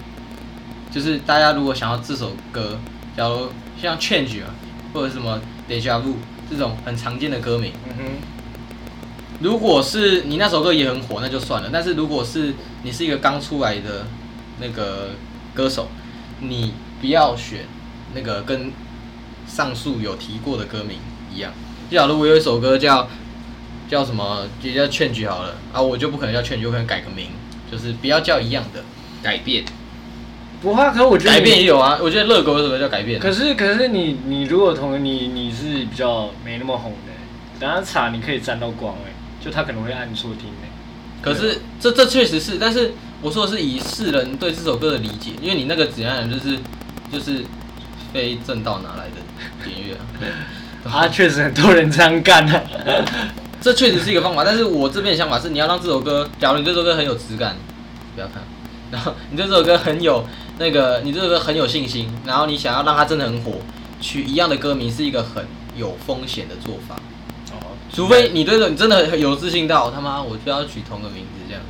Speaker 3: 就是大家如果想要这首歌，假如像 Change 啊，或者什么 Deja Vu 这种很常见的歌名，
Speaker 2: 嗯哼，
Speaker 3: 如果是你那首歌也很火，那就算了。但是如果是你是一个刚出来的那个歌手，你不要选那个跟上述有提过的歌名一样。就假如我有一首歌叫叫什么，就叫《劝局》好了啊，我就不可能叫《劝局》，我可能改个名，就是不要叫一样的。
Speaker 4: 改变，
Speaker 2: 不怕，可我觉得
Speaker 3: 改
Speaker 2: 你
Speaker 3: 变也有啊，我觉得热狗有首歌叫《改变》，
Speaker 2: 可是可是你你如果同你你是比较没那么红的，等下查你可以沾到光哎、就他可能会按错听 哎、
Speaker 3: 可是这这确实是，但是我说的是以世人对这首歌的理解，因为你那个指南人就是就是非正道拿来的点阅、啊，对
Speaker 2: 啊，确实很多人这样干啊。
Speaker 3: 这确实是一个方法。但是我这边的想法是，你要让这首歌，假如你对这首歌很有质感，不要看，然后你对这首歌很有那个，你对这首歌很有信心，然后你想要让它真的很火，取一样的歌名是一个很有风险的做法。
Speaker 2: 哦，
Speaker 3: 除非你对这你真的很有自信到他妈我就要取同个名字这样子，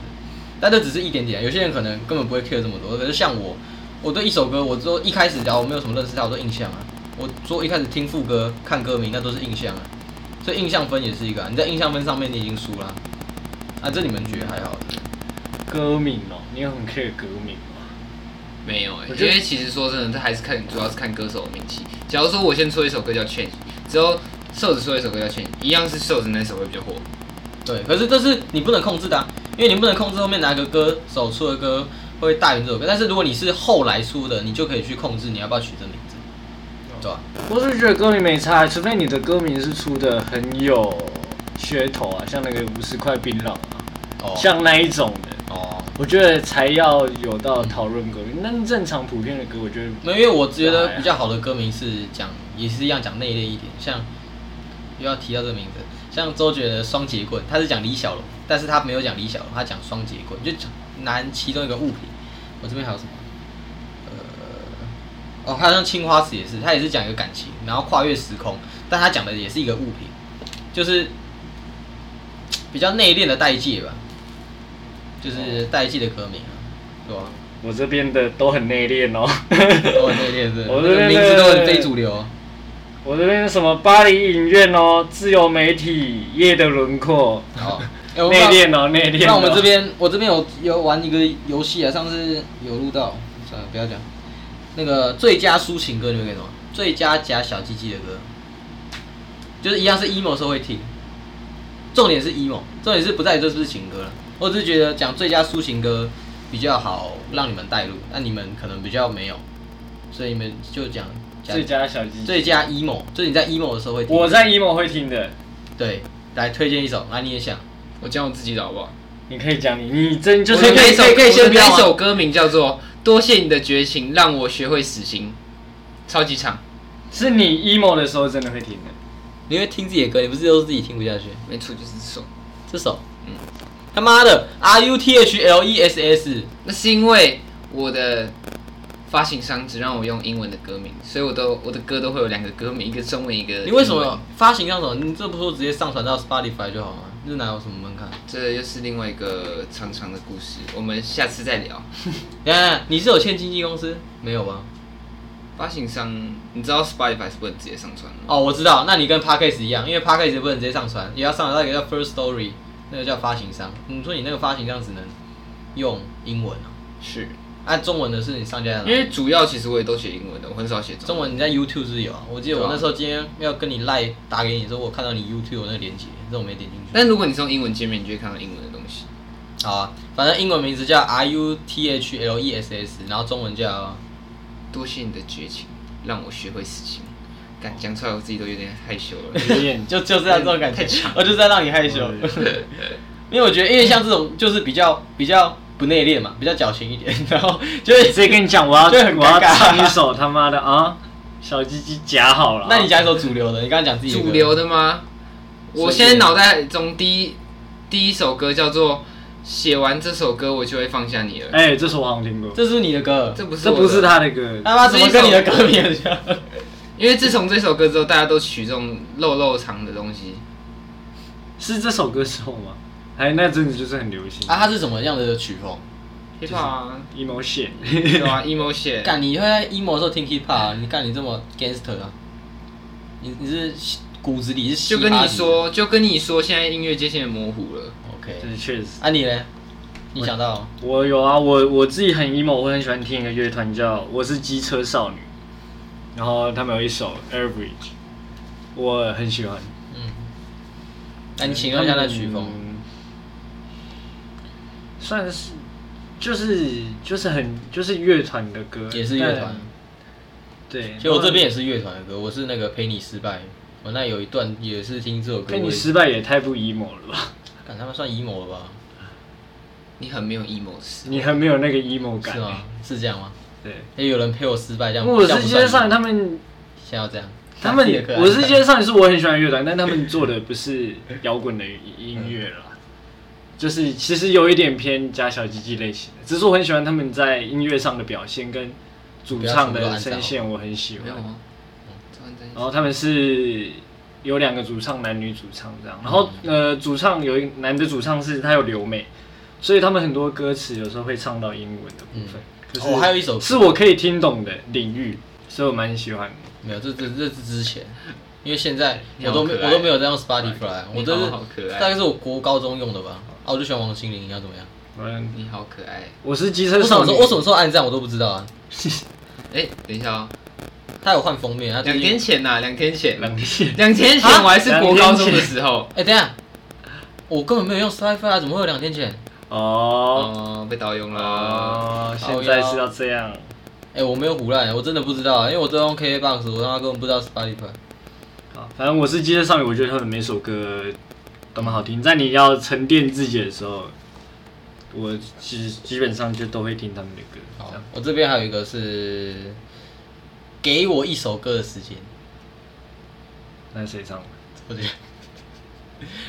Speaker 3: 但这只是一点点，有些人可能根本不会 care 这么多。可是像我，我对一首歌，我之后一开始假如我没有什么认识到，我都印象啊。我说一开始听副歌、看歌名，那都是印象啊。所以印象分也是一个、啊，你在印象分上面你已经输了啊。啊，这你们觉得还好？
Speaker 2: 歌名哦，你有很 care 歌名吗？
Speaker 4: 没有哎、
Speaker 2: 我
Speaker 4: 因
Speaker 2: 觉得
Speaker 4: 为其实说真的，这还是看主要是看歌手的名气。假如说我先出一首歌叫《Change》，之后瘦子出一首歌叫《Change》，一样是瘦子那首会比较火。
Speaker 3: 对，可是这是你不能控制的、啊，因为你不能控制后面哪个歌手出的歌会大于这首歌。但是如果你是后来出的，你就可以去控制你要不要取这名字，对吧、
Speaker 2: 我是觉得歌名没差，除非你的歌名是出的很有噱头啊，像那个五十块槟榔啊，
Speaker 3: 哦，
Speaker 2: 像那一种的，
Speaker 3: 哦，
Speaker 2: 我觉得才要有到讨论歌名。那正常普遍的歌，我觉得
Speaker 3: 没有，因为我觉得比较好的歌名是讲，也是一样讲内敛一点，像又要提到这个名字，像周杰伦的《双节棍》，他是讲李小龙，但是他没有讲李小龙，他讲双节棍，就讲拿其中一个物品。我这边还有什么？呃，哦，还有像青花瓷也是，他也是讲一个感情，然后跨越时空，但他讲的也是一个物品，就是比较内敛的代界吧，就是代界的歌名啊，对吧、
Speaker 2: 我这边的都很内敛哦。
Speaker 3: 都很内敛，是那
Speaker 2: 我
Speaker 3: 个
Speaker 2: 这边
Speaker 3: 名字都很非主流。
Speaker 2: 我这边什么巴黎影院哦，自由媒体夜的轮廓，
Speaker 3: 好，哎
Speaker 2: 内敛。哦，内敛、哦。
Speaker 3: 那我们这边，我这边有有玩一个游戏啊，上次有录到，算了，不要讲。那个最佳抒情歌你会给什么？最佳假小鸡鸡的歌，就是一样是 emo 的时候会听。重点是 emo，重点是不在于这是不是情歌了。我只是觉得讲最佳抒情歌比较好让你们带入，那你们可能比较没有，所以你们就讲假
Speaker 2: 最佳小鸡，
Speaker 3: 最佳 emo，就是你在 emo 的时候会听。
Speaker 2: 我在 emo 会听的，
Speaker 3: 对，来推荐一首，来你也想。
Speaker 4: 我讲我自己的好不好？
Speaker 2: 你可以讲你，你真就
Speaker 4: 我
Speaker 2: 是
Speaker 4: 的
Speaker 3: 可以
Speaker 4: 那首
Speaker 3: 可以可以先
Speaker 4: 我的
Speaker 3: 不要啊吗
Speaker 4: 那首歌名叫做《多谢你的绝情，让我学会死心》，超级长，
Speaker 2: 是你 emo 的时候真的会听的。
Speaker 3: 你会听自己的歌，你不是都是自己听不下去？
Speaker 4: 没错，就是这首。
Speaker 3: 这首，嗯，他妈的，R U T H L E S S，
Speaker 4: 那是因为我的发行商只让我用英文的歌名，所以我都我的歌都会有两个歌名，一个中文，一个英文
Speaker 3: 你为什么？发行要什么？你这不是说直接上传到 Spotify 就好吗？这哪有什么门槛？
Speaker 4: 这又是另外一个长长的故事，我们下次再聊。
Speaker 3: 等一下等一下，你是有欠经纪公司？没有吧？
Speaker 4: 发行商，你知道 Spotify 是不能直接上传的吗？
Speaker 3: 哦，我知道，那你跟 Podcast 一样，因为 Podcast 也不能直接上传，也要上传到一个叫 First Story，那个叫发行商。你说你那个发行商只能用英文啊？
Speaker 4: 是，
Speaker 3: 啊，中文的是你上架在哪里
Speaker 4: 因为主要其实我也都写英文的，我很少写
Speaker 3: 中
Speaker 4: 中文。
Speaker 3: 文你在 YouTube 是有啊，我记得我那时候今天要跟你赖打给你的时候，我看到你 YouTube 有那个连接，但我没点进去。
Speaker 4: 但如果你是用英文界面，你就会看到英文的东西。
Speaker 3: 好啊，反正英文名字叫 R U T H L E S S，然后中文叫
Speaker 4: 多谢你的绝情，让我学会事情。敢讲出来，我自己都有点害羞
Speaker 2: 有
Speaker 4: 了。
Speaker 2: 点就就是要这种感觉， 我就是要让你害羞。
Speaker 3: 哦因为我觉得，因为像这种就是比较比较不内敛嘛，比较矫情一点， 然后就是
Speaker 2: 所以跟你讲，我要
Speaker 3: 就很尴
Speaker 2: 我要
Speaker 3: 尬
Speaker 2: 唱一首他妈的啊，小鸡鸡夹好了啊。
Speaker 3: 那你讲一首主流的，你刚刚 讲自己的歌
Speaker 4: 主流的吗？
Speaker 3: 随便
Speaker 4: 我现在脑袋中第一第一首歌叫做《写完这首歌我就会放下你了》，
Speaker 2: 哎，这首我好像听过，
Speaker 3: 这是你的歌，
Speaker 4: 这不是
Speaker 2: 这不是
Speaker 4: 他，
Speaker 2: 他的歌，
Speaker 3: 他妈怎么跟你的歌名很像？
Speaker 4: 因为自从这首歌之后，大家都取这种肉肉长的东西。
Speaker 2: 是这首歌之后吗？还那阵子就是很流行
Speaker 3: 啊，它是什么样的曲风？
Speaker 4: hiphop 啊，
Speaker 2: emo shit，
Speaker 4: 对啊，emo shit，
Speaker 3: 干，你会在 emo 的时候听 hip hop，、啊、你干你这么 gangster 啊？你你是骨子里是嘻
Speaker 4: 就
Speaker 3: 哈的
Speaker 4: 跟你说，就跟你说，现在音乐界限模糊了。
Speaker 3: ，OK，
Speaker 2: 这确实。
Speaker 3: 啊你嘞？你想到
Speaker 2: 我有啊，我我自己很 emo，我很喜欢听一个乐团叫我是机车少女，然后他们有一首 Average，我很喜欢。
Speaker 3: 嗯，那、你请问一下那曲风，
Speaker 2: 嗯算是就是就是很就是乐团的歌，
Speaker 3: 也是乐团。
Speaker 2: 但。对，
Speaker 3: 其实我这边也是乐团的歌，我是那个陪你失败，我那有一段也是听这首歌。
Speaker 2: 跟
Speaker 3: 我
Speaker 2: 你
Speaker 3: 也
Speaker 2: 失败也太不 emo 了吧？
Speaker 3: 干他们算 emo 了吧？
Speaker 4: 你很没有 emo 是
Speaker 2: 你很没有那个 emo 感
Speaker 3: 是。吗？是这样吗？
Speaker 2: 对，
Speaker 3: 哎，有人陪我失败，这样
Speaker 2: 我
Speaker 3: 这样
Speaker 2: 是
Speaker 3: 不
Speaker 2: 街
Speaker 3: 算
Speaker 2: 上
Speaker 3: emo
Speaker 2: 他们
Speaker 3: 现在要这样，
Speaker 2: 他们
Speaker 3: 自己的歌，啊
Speaker 2: 我是接上是我很喜欢的乐团，但他们做的不是摇滚的音乐
Speaker 3: 嗯
Speaker 2: 啦，就是其实有一点偏加小鸡鸡类型的，只是我很喜欢他们在音乐上的表现跟主唱的声线，我很
Speaker 3: 啊
Speaker 2: 喜
Speaker 4: 没有
Speaker 2: 欢。
Speaker 4: 吗？突然间
Speaker 3: 哦
Speaker 2: 然后他们是有两个主唱，男女主唱这样。然后
Speaker 3: 嗯
Speaker 2: 呃，主唱有一男的主唱是他有留美，所以他们很多歌词有时候会唱到英文的部分。可是
Speaker 3: 哦还有一首歌
Speaker 2: 是我可以听懂的领域，所以我蛮喜欢的。
Speaker 3: 没有，这这这是之前，因为现在
Speaker 4: 你
Speaker 3: 我
Speaker 4: 好
Speaker 3: 都没
Speaker 4: 可爱
Speaker 3: 我都没有在用 Spotify，
Speaker 4: 你
Speaker 3: 我这
Speaker 4: 好好
Speaker 3: 是
Speaker 4: 可爱哦
Speaker 3: 大概是我国高中用的吧。啊，我就喜欢王心凌，你要怎么样？
Speaker 2: 嗯，
Speaker 4: 你好可爱。
Speaker 2: 我是机车
Speaker 3: 我什
Speaker 2: 少
Speaker 3: 么时
Speaker 2: 女
Speaker 3: 候。我什么时候按赞我都不知道啊。
Speaker 4: 哎，等一下哦，
Speaker 3: 他有换封面，他
Speaker 4: 两
Speaker 3: 最近
Speaker 4: 天前呐，两天前，
Speaker 2: 两天
Speaker 4: 两天前
Speaker 2: 啊
Speaker 4: 我还是国高中
Speaker 2: 两
Speaker 4: 的
Speaker 2: 天前
Speaker 4: 时候，
Speaker 3: 哎，等一下，我根本没有用 Spotify，啊怎么会有两天前？
Speaker 2: 哦
Speaker 4: 哦，被盗用了。
Speaker 2: 哦，
Speaker 3: 好
Speaker 2: 现
Speaker 3: 呀
Speaker 2: 在是要这样，
Speaker 3: 哎，我没有胡乱，我真的不知道啊，因为我都用 KKBox，我他妈根本不知道 Spotify。
Speaker 2: 好，反正我是接着少女，我觉得他们每首歌都蛮好听，在你要沉淀自己的时候，我其实基本上就都会听他们的歌。
Speaker 3: 好
Speaker 2: 这样，
Speaker 3: 我这边还有一个是给我一首歌的时间，
Speaker 2: 那谁唱的？
Speaker 3: 我觉得，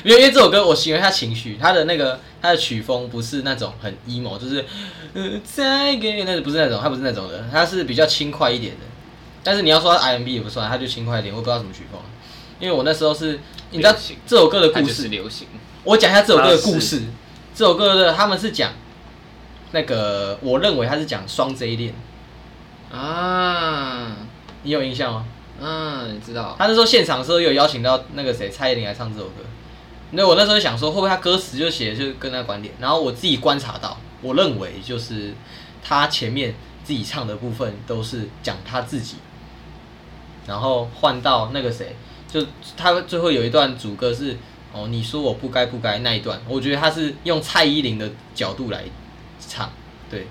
Speaker 3: 因为因为这首歌我形容一下情绪，它的那个它的曲风不是那种很 emo，就是呃再给那不是那种，它不是那种的，它是比较轻快一点的。但是你要说 RMB 也不算，它就轻快一点，我不知道什么曲风。因为我那时候是，你知道
Speaker 4: 流行
Speaker 3: 这首歌的
Speaker 4: 它
Speaker 3: 故
Speaker 4: 就是
Speaker 3: 事，
Speaker 4: 流行，
Speaker 3: 我讲一下这首歌的故
Speaker 2: 它是
Speaker 3: 事。这首歌的他们是讲那个，我认为他是讲双 J 恋，
Speaker 4: 啊，
Speaker 3: 你有印象吗？
Speaker 4: 嗯，你知道，
Speaker 3: 他那时候现场的时候有邀请到那个谁蔡依林来唱这首歌，那我那时候想说会不会他歌词就写就跟那观点，然后我自己观察到，我认为就是他前面自己唱的部分都是讲他自己，然后换到那个谁，就他最后有一段主歌是哦你说我不该不该那一段，我觉得他是用蔡依林的角度来唱，对，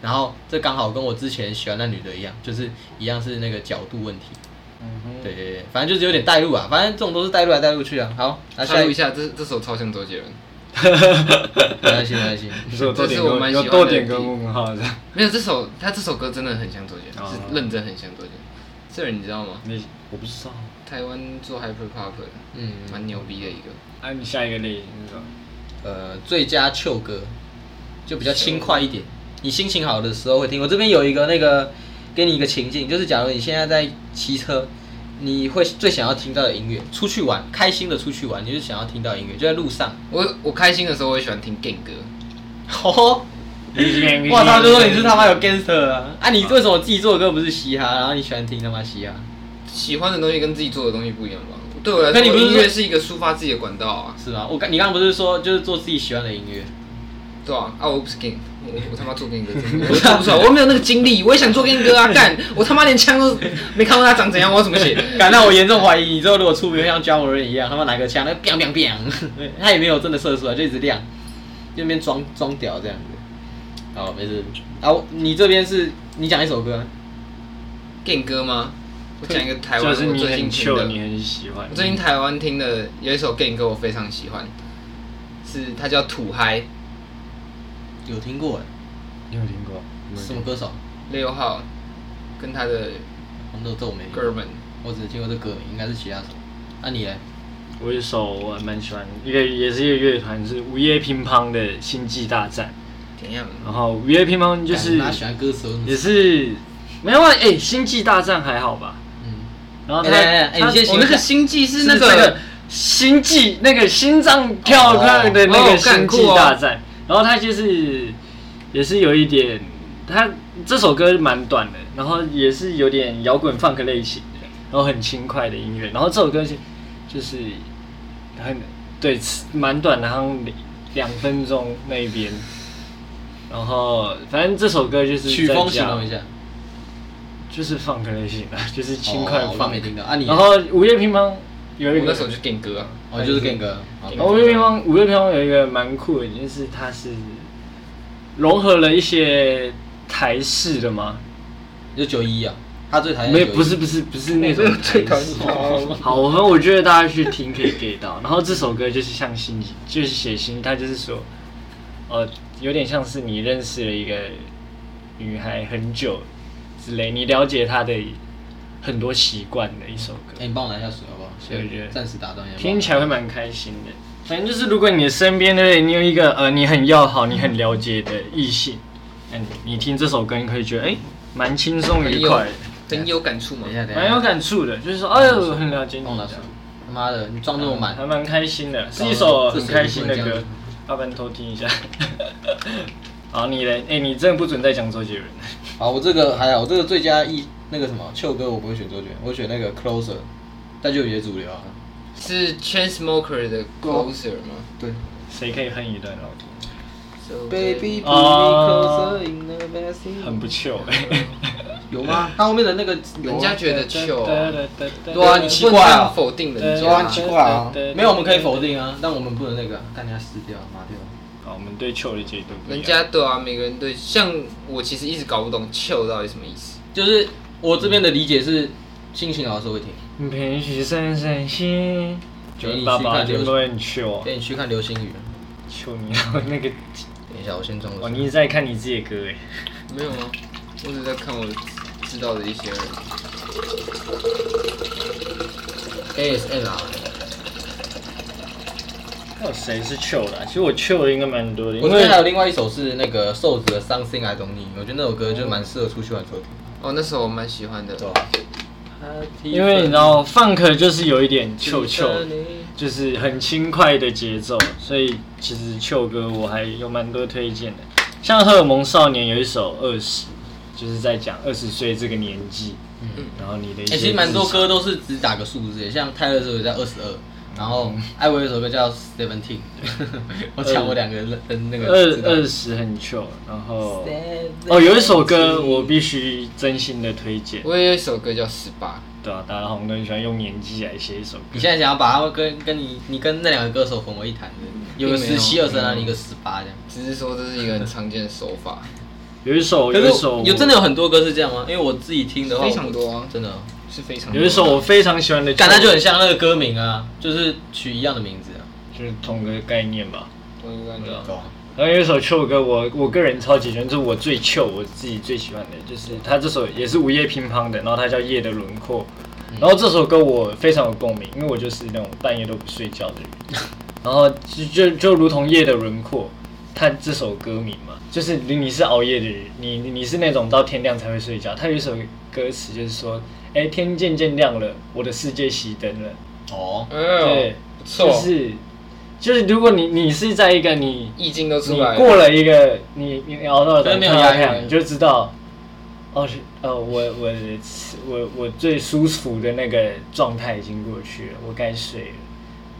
Speaker 3: 然后这刚好跟我之前喜欢那女的一样，就是一样是那个角度问题。
Speaker 2: 嗯哼，
Speaker 3: 对对对，反正就是有点带入啊，反正这种都是带入来带入去啊。好，那下
Speaker 4: 插入
Speaker 3: 一
Speaker 4: 一下，这这首超像周杰伦，
Speaker 3: 没关系没关系。
Speaker 2: 你说有逗点
Speaker 4: 这是我
Speaker 2: 跟
Speaker 4: 蛮
Speaker 2: 有
Speaker 4: 喜欢的
Speaker 2: 逗点跟问号这样，
Speaker 4: 没有这首，他这首歌真的很像周杰伦，
Speaker 2: 哦
Speaker 4: 是认真很像周杰伦。这人你知道吗？
Speaker 2: 你我不知道。
Speaker 4: 台湾做 hyper pop 的，
Speaker 3: 嗯，
Speaker 4: 蛮牛逼的一个，
Speaker 2: 啊，你下一个类型是什么？
Speaker 3: 呃，最佳秋歌就比较轻快一点，你心情好的时候会听。我这边有一个那个给你一个情境，就是假如你现在在骑车，你会最想要听到的音乐，出去玩，开心的出去玩，你就想要听到音乐，就在路上。
Speaker 4: 我我开心的时候我也喜欢听 gang 歌，
Speaker 3: 哦，哇，他就说你是他妈有 gangster 啊！啊，你为什么自己做的歌不是嘻哈，然后你喜欢听他妈嘻哈？
Speaker 4: 喜欢的东西跟自己做的东西不一样吧？对我来
Speaker 3: 那你
Speaker 4: 说，
Speaker 3: 不是
Speaker 4: 音乐是一个抒发自己的管道啊，
Speaker 3: 是吗？我刚你刚刚不是说就是做自己喜欢的音乐？
Speaker 4: 对啊，啊我不是 gang，我我他妈做 gang 歌真的，我做不出来，我没有那个精力，我也想做 gang 歌啊，干，我他妈连枪都没看过他长怎样，我要怎么写？
Speaker 3: 敢让我严重怀疑，你之后如果出名像姜文润一样，他们拿个枪，那 biang biang biang，他也没有真的射出来，就一直亮，就那边装装屌这样子。好，没事。然后你这边是你讲一首歌，
Speaker 4: 电歌吗？我讲一个台湾，
Speaker 2: 就是
Speaker 4: 我
Speaker 2: 你
Speaker 4: 最近
Speaker 2: 很
Speaker 4: 听的
Speaker 2: 秀，，你很喜欢。
Speaker 4: 我最近台湾听的有一首 game 歌我非常喜欢，是它叫土嗨
Speaker 3: 有听过哎，
Speaker 2: 你有听过？
Speaker 3: 什么歌手？
Speaker 4: 六号，跟他的
Speaker 3: 红豆豆没听过
Speaker 4: 哥们，
Speaker 3: 我只听过这歌名，应该是其他首。那、你嘞？
Speaker 2: 我有一首我还蛮喜欢，一个也是一个乐团，是午夜乒乓的《星际大战
Speaker 4: 怎样？》。
Speaker 2: 然后午夜乒乓就是
Speaker 3: 他喜欢歌手，
Speaker 2: 也是没有啊，哎、星际大战》还好吧？
Speaker 3: 嗯，
Speaker 2: 然后他、
Speaker 3: 哎哎哎
Speaker 2: 他
Speaker 3: 你先
Speaker 4: 我
Speaker 3: 形
Speaker 4: 那
Speaker 3: 容
Speaker 4: 个星际是
Speaker 2: 是
Speaker 4: 那
Speaker 2: 那
Speaker 4: 个
Speaker 2: 个星际那个心脏跳快的那
Speaker 4: 哦
Speaker 2: 个
Speaker 4: 干
Speaker 2: 星际
Speaker 4: 酷哦
Speaker 3: 啊
Speaker 2: 大战，然后他就是也是有一点，他这首歌蛮短的，然后也是有点摇滚 funk 类型的，然后很轻快的音乐，然后这首歌是就是很对蛮短的，好像两分钟那边。然后，反正这首歌就是
Speaker 3: 曲
Speaker 2: 在
Speaker 3: 风
Speaker 2: 讲
Speaker 3: 形容一下。
Speaker 2: 就是 funk 类型的， 就是轻快
Speaker 3: 哦我
Speaker 2: funk。
Speaker 3: 倒没听到啊你
Speaker 2: 然后午夜乒乓有一
Speaker 4: 我
Speaker 2: 个
Speaker 4: 那首就是 game 歌啊，
Speaker 3: 哦，就是 Gang 哥。好
Speaker 2: 然后五月乒乓，五月乒乓有一个蛮酷的，就是它是融合了一些台式的嘛，
Speaker 3: 就九一啊，他最讨厌
Speaker 2: 没
Speaker 3: 91
Speaker 2: 不是不是不是那种
Speaker 4: 最讨
Speaker 2: 台
Speaker 4: 厌
Speaker 2: 式。 好，我们我觉得大家去听可以 get 到。然后这首歌就是像心，就是写心，它就是说，呃，有点像是你认识了一个女孩很久之类，你了解她的很多习惯的一首歌。
Speaker 3: 哎、你帮我拿一下水好不好？
Speaker 2: 所以我觉得
Speaker 3: 暂时打断一下。
Speaker 2: 听起来会蛮开心的。反正就是，如果你的身边的你有一个呃，你很要好、你很了解的异性，那你你听这首歌，你可以觉得哎，蛮轻松
Speaker 4: 很
Speaker 2: 愉
Speaker 4: 有
Speaker 2: 快
Speaker 4: 很有感触嘛
Speaker 3: 等一。下，等一下，
Speaker 2: 蛮有感触的。就是说，哎呦，我很了解你
Speaker 3: 帮我拿
Speaker 2: 这
Speaker 3: 水
Speaker 2: 样，。
Speaker 3: 他妈的，你撞那么
Speaker 1: 嗯
Speaker 3: 满
Speaker 2: 还，蛮开心的，是一首很开心的
Speaker 3: 这首不能这
Speaker 2: 歌
Speaker 3: 样。
Speaker 2: 要不然偷听一下。 好，你嘞？哎，你真的不准再讲周杰伦。
Speaker 3: 好，我这个还好，我这个最佳一那个什么秋歌我不会选周杰伦，我选那个 Closer，但就有些主流啊。
Speaker 4: 是 Chainsmoker 的 Closer 吗
Speaker 3: 对
Speaker 2: 谁可以哼一段让哦我听？
Speaker 4: So-
Speaker 1: Baby,
Speaker 3: 啊
Speaker 1: put me
Speaker 2: 哦
Speaker 1: closer in the best in-
Speaker 2: 很不 chill
Speaker 3: 有吗？他后面的那个有啊
Speaker 4: 人家觉得 chill 啊，
Speaker 2: 对
Speaker 4: 对啊，你
Speaker 3: 奇
Speaker 4: 不能
Speaker 3: 怪
Speaker 4: 这
Speaker 3: 啊
Speaker 4: 样否定人
Speaker 2: 对
Speaker 4: 家
Speaker 2: 啊
Speaker 4: 啊
Speaker 2: 你。奇怪啊
Speaker 1: 啊！
Speaker 3: 没有，我们可以否定啊，但我们不能那个，干人家撕掉，抹掉。
Speaker 2: 好，我们对 chill 的解读不一样。
Speaker 4: 人家对啊，每个人对，像我其实一直搞不懂 chill 到底什么意思。
Speaker 3: 就是我这边的理解是，心情好的时候会听，
Speaker 2: 陪许散散心，九零八八全部很糗，
Speaker 3: 带你去看流星雨。
Speaker 2: 糗你要那个，
Speaker 3: 等一下，我先装
Speaker 2: 哦，
Speaker 3: 个
Speaker 2: 你一直在看你自己的歌哎，
Speaker 4: 没有吗？我只在看我知道的一些人。
Speaker 3: ASMR。
Speaker 2: 还有谁是糗的啊？其实我糗的应该蛮多的，因
Speaker 3: 我这边还有
Speaker 2: 为
Speaker 3: 另外一首是那个瘦子的《Something I Don't Need》，我觉得那首歌就蛮适合出去玩的时候听，
Speaker 4: 哦，那时候我蛮喜欢的。
Speaker 2: 啊
Speaker 3: 对吧？啊
Speaker 2: 因为你知道 funk 就是有一点糗糗，
Speaker 3: 哎
Speaker 2: 就是很轻快的节奏，所以其实糗歌我还有蛮多推荐的，像《荷尔蒙少年》有一首《二十》，就是在讲二十岁这个年纪，嗯，然后你的一些
Speaker 3: 哎、其实蛮多
Speaker 2: 自嘲
Speaker 3: 歌都是只打个数字耶，像泰勒这首歌叫二十二，然后艾薇有首歌叫 Seventeen，我抢我两个人人那个
Speaker 2: 二
Speaker 3: 知道
Speaker 2: 二十很糗，然后哦，有一首歌我必须真心的推荐，
Speaker 4: 我也有一首歌叫《十八
Speaker 2: 对啊，大家好像都很喜欢用年纪来写一首歌
Speaker 3: 你。现在想要把它跟跟你你跟那两个歌手混为一谈是不是有个
Speaker 4: 并没
Speaker 3: 十
Speaker 4: 有
Speaker 3: 七二十三，一个十八这样。》，
Speaker 4: 只是说这是一个很常见的手法。
Speaker 2: 有一首，有
Speaker 3: 可
Speaker 2: 一
Speaker 3: 是
Speaker 2: 首我
Speaker 3: 有真的有很多歌是这样吗？因为我自己听的话，
Speaker 4: 非常多啊
Speaker 3: 我真的
Speaker 4: 是非常
Speaker 2: 有一首我非常喜欢的，
Speaker 3: 感它就很像那个歌名啊，就是取一样的名字啊。
Speaker 2: 就是同个概念吧。
Speaker 4: 我有感觉
Speaker 3: 懂啊
Speaker 2: 然后有一首糗歌我，我个人超级喜欢，就是我最糗，我自己最喜欢的，就是他这首也是午夜乒乓的，然后它叫《夜的轮廓》，
Speaker 4: 嗯
Speaker 2: 然后这首歌我非常有共鸣，因为我就是那种半夜都不睡觉的人，然后就就就如同《夜的轮廓》，它这首歌名嘛，就是你你是熬夜的人，你你你是那种到天亮才会睡觉，它有一首歌词就是说，哎，天渐渐亮了，我的世界熄灯了，
Speaker 3: 哦，
Speaker 4: 哎呦
Speaker 2: 对，，
Speaker 4: 不
Speaker 2: 就
Speaker 4: 错，
Speaker 2: 是就是如果你你是在一个你
Speaker 4: 意境都出
Speaker 2: 你
Speaker 4: 来
Speaker 2: 过了一个你你熬到
Speaker 3: 对
Speaker 2: 的
Speaker 3: 没有压力
Speaker 2: 你就知道，哦是呃我我的我我最舒服的那个状态已经过去了，我该睡了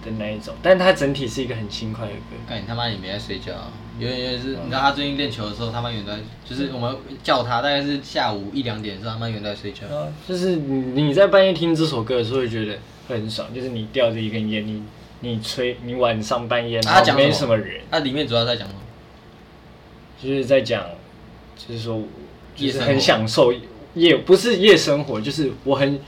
Speaker 2: 的那一种。但它整体是一个很轻快的歌，
Speaker 3: 看你他妈也没在睡觉、啊，有点有点是，你知道他最近练球的时候，他妈远在，就是我们叫他大概是下午一两点的时候，他妈远在睡觉。
Speaker 2: 然后就是你你在半夜听这首歌的时候会觉得会很爽，就是你叼着一根烟，你你吹你晚上半夜
Speaker 3: 他
Speaker 2: 然后
Speaker 3: 讲
Speaker 2: 没什么人，
Speaker 3: 他里面主要在讲什么？
Speaker 2: 就是在讲，就是说，
Speaker 3: 夜
Speaker 2: 就是
Speaker 3: 生活
Speaker 2: 很享受夜，不是夜生活，就是我很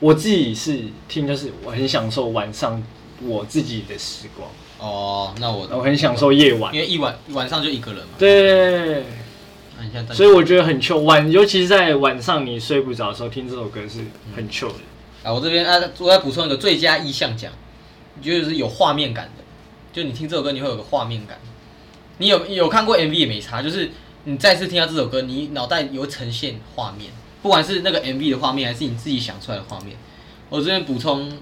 Speaker 2: 我自己是听，就是我很享受晚上我自己的时光，
Speaker 3: 哦，那我
Speaker 2: 我很享受夜晚
Speaker 3: 因。为一晚晚上就一个人嘛。啊
Speaker 2: 对，
Speaker 3: 那你现在在
Speaker 2: 所以我觉得很 chill。晚，尤其是在晚上你睡不着的时候听这首歌是很 chill 的。
Speaker 3: 啊，我这边啊，我要补充一个最佳意象奖，就是有画面感的，就你听这首歌你会有个画面感。你有有看过 MV 也没差，就是你再次听到这首歌，你脑袋有呈现画面，不管是那个 MV 的画面，还是你自己想出来的画面。我这边补充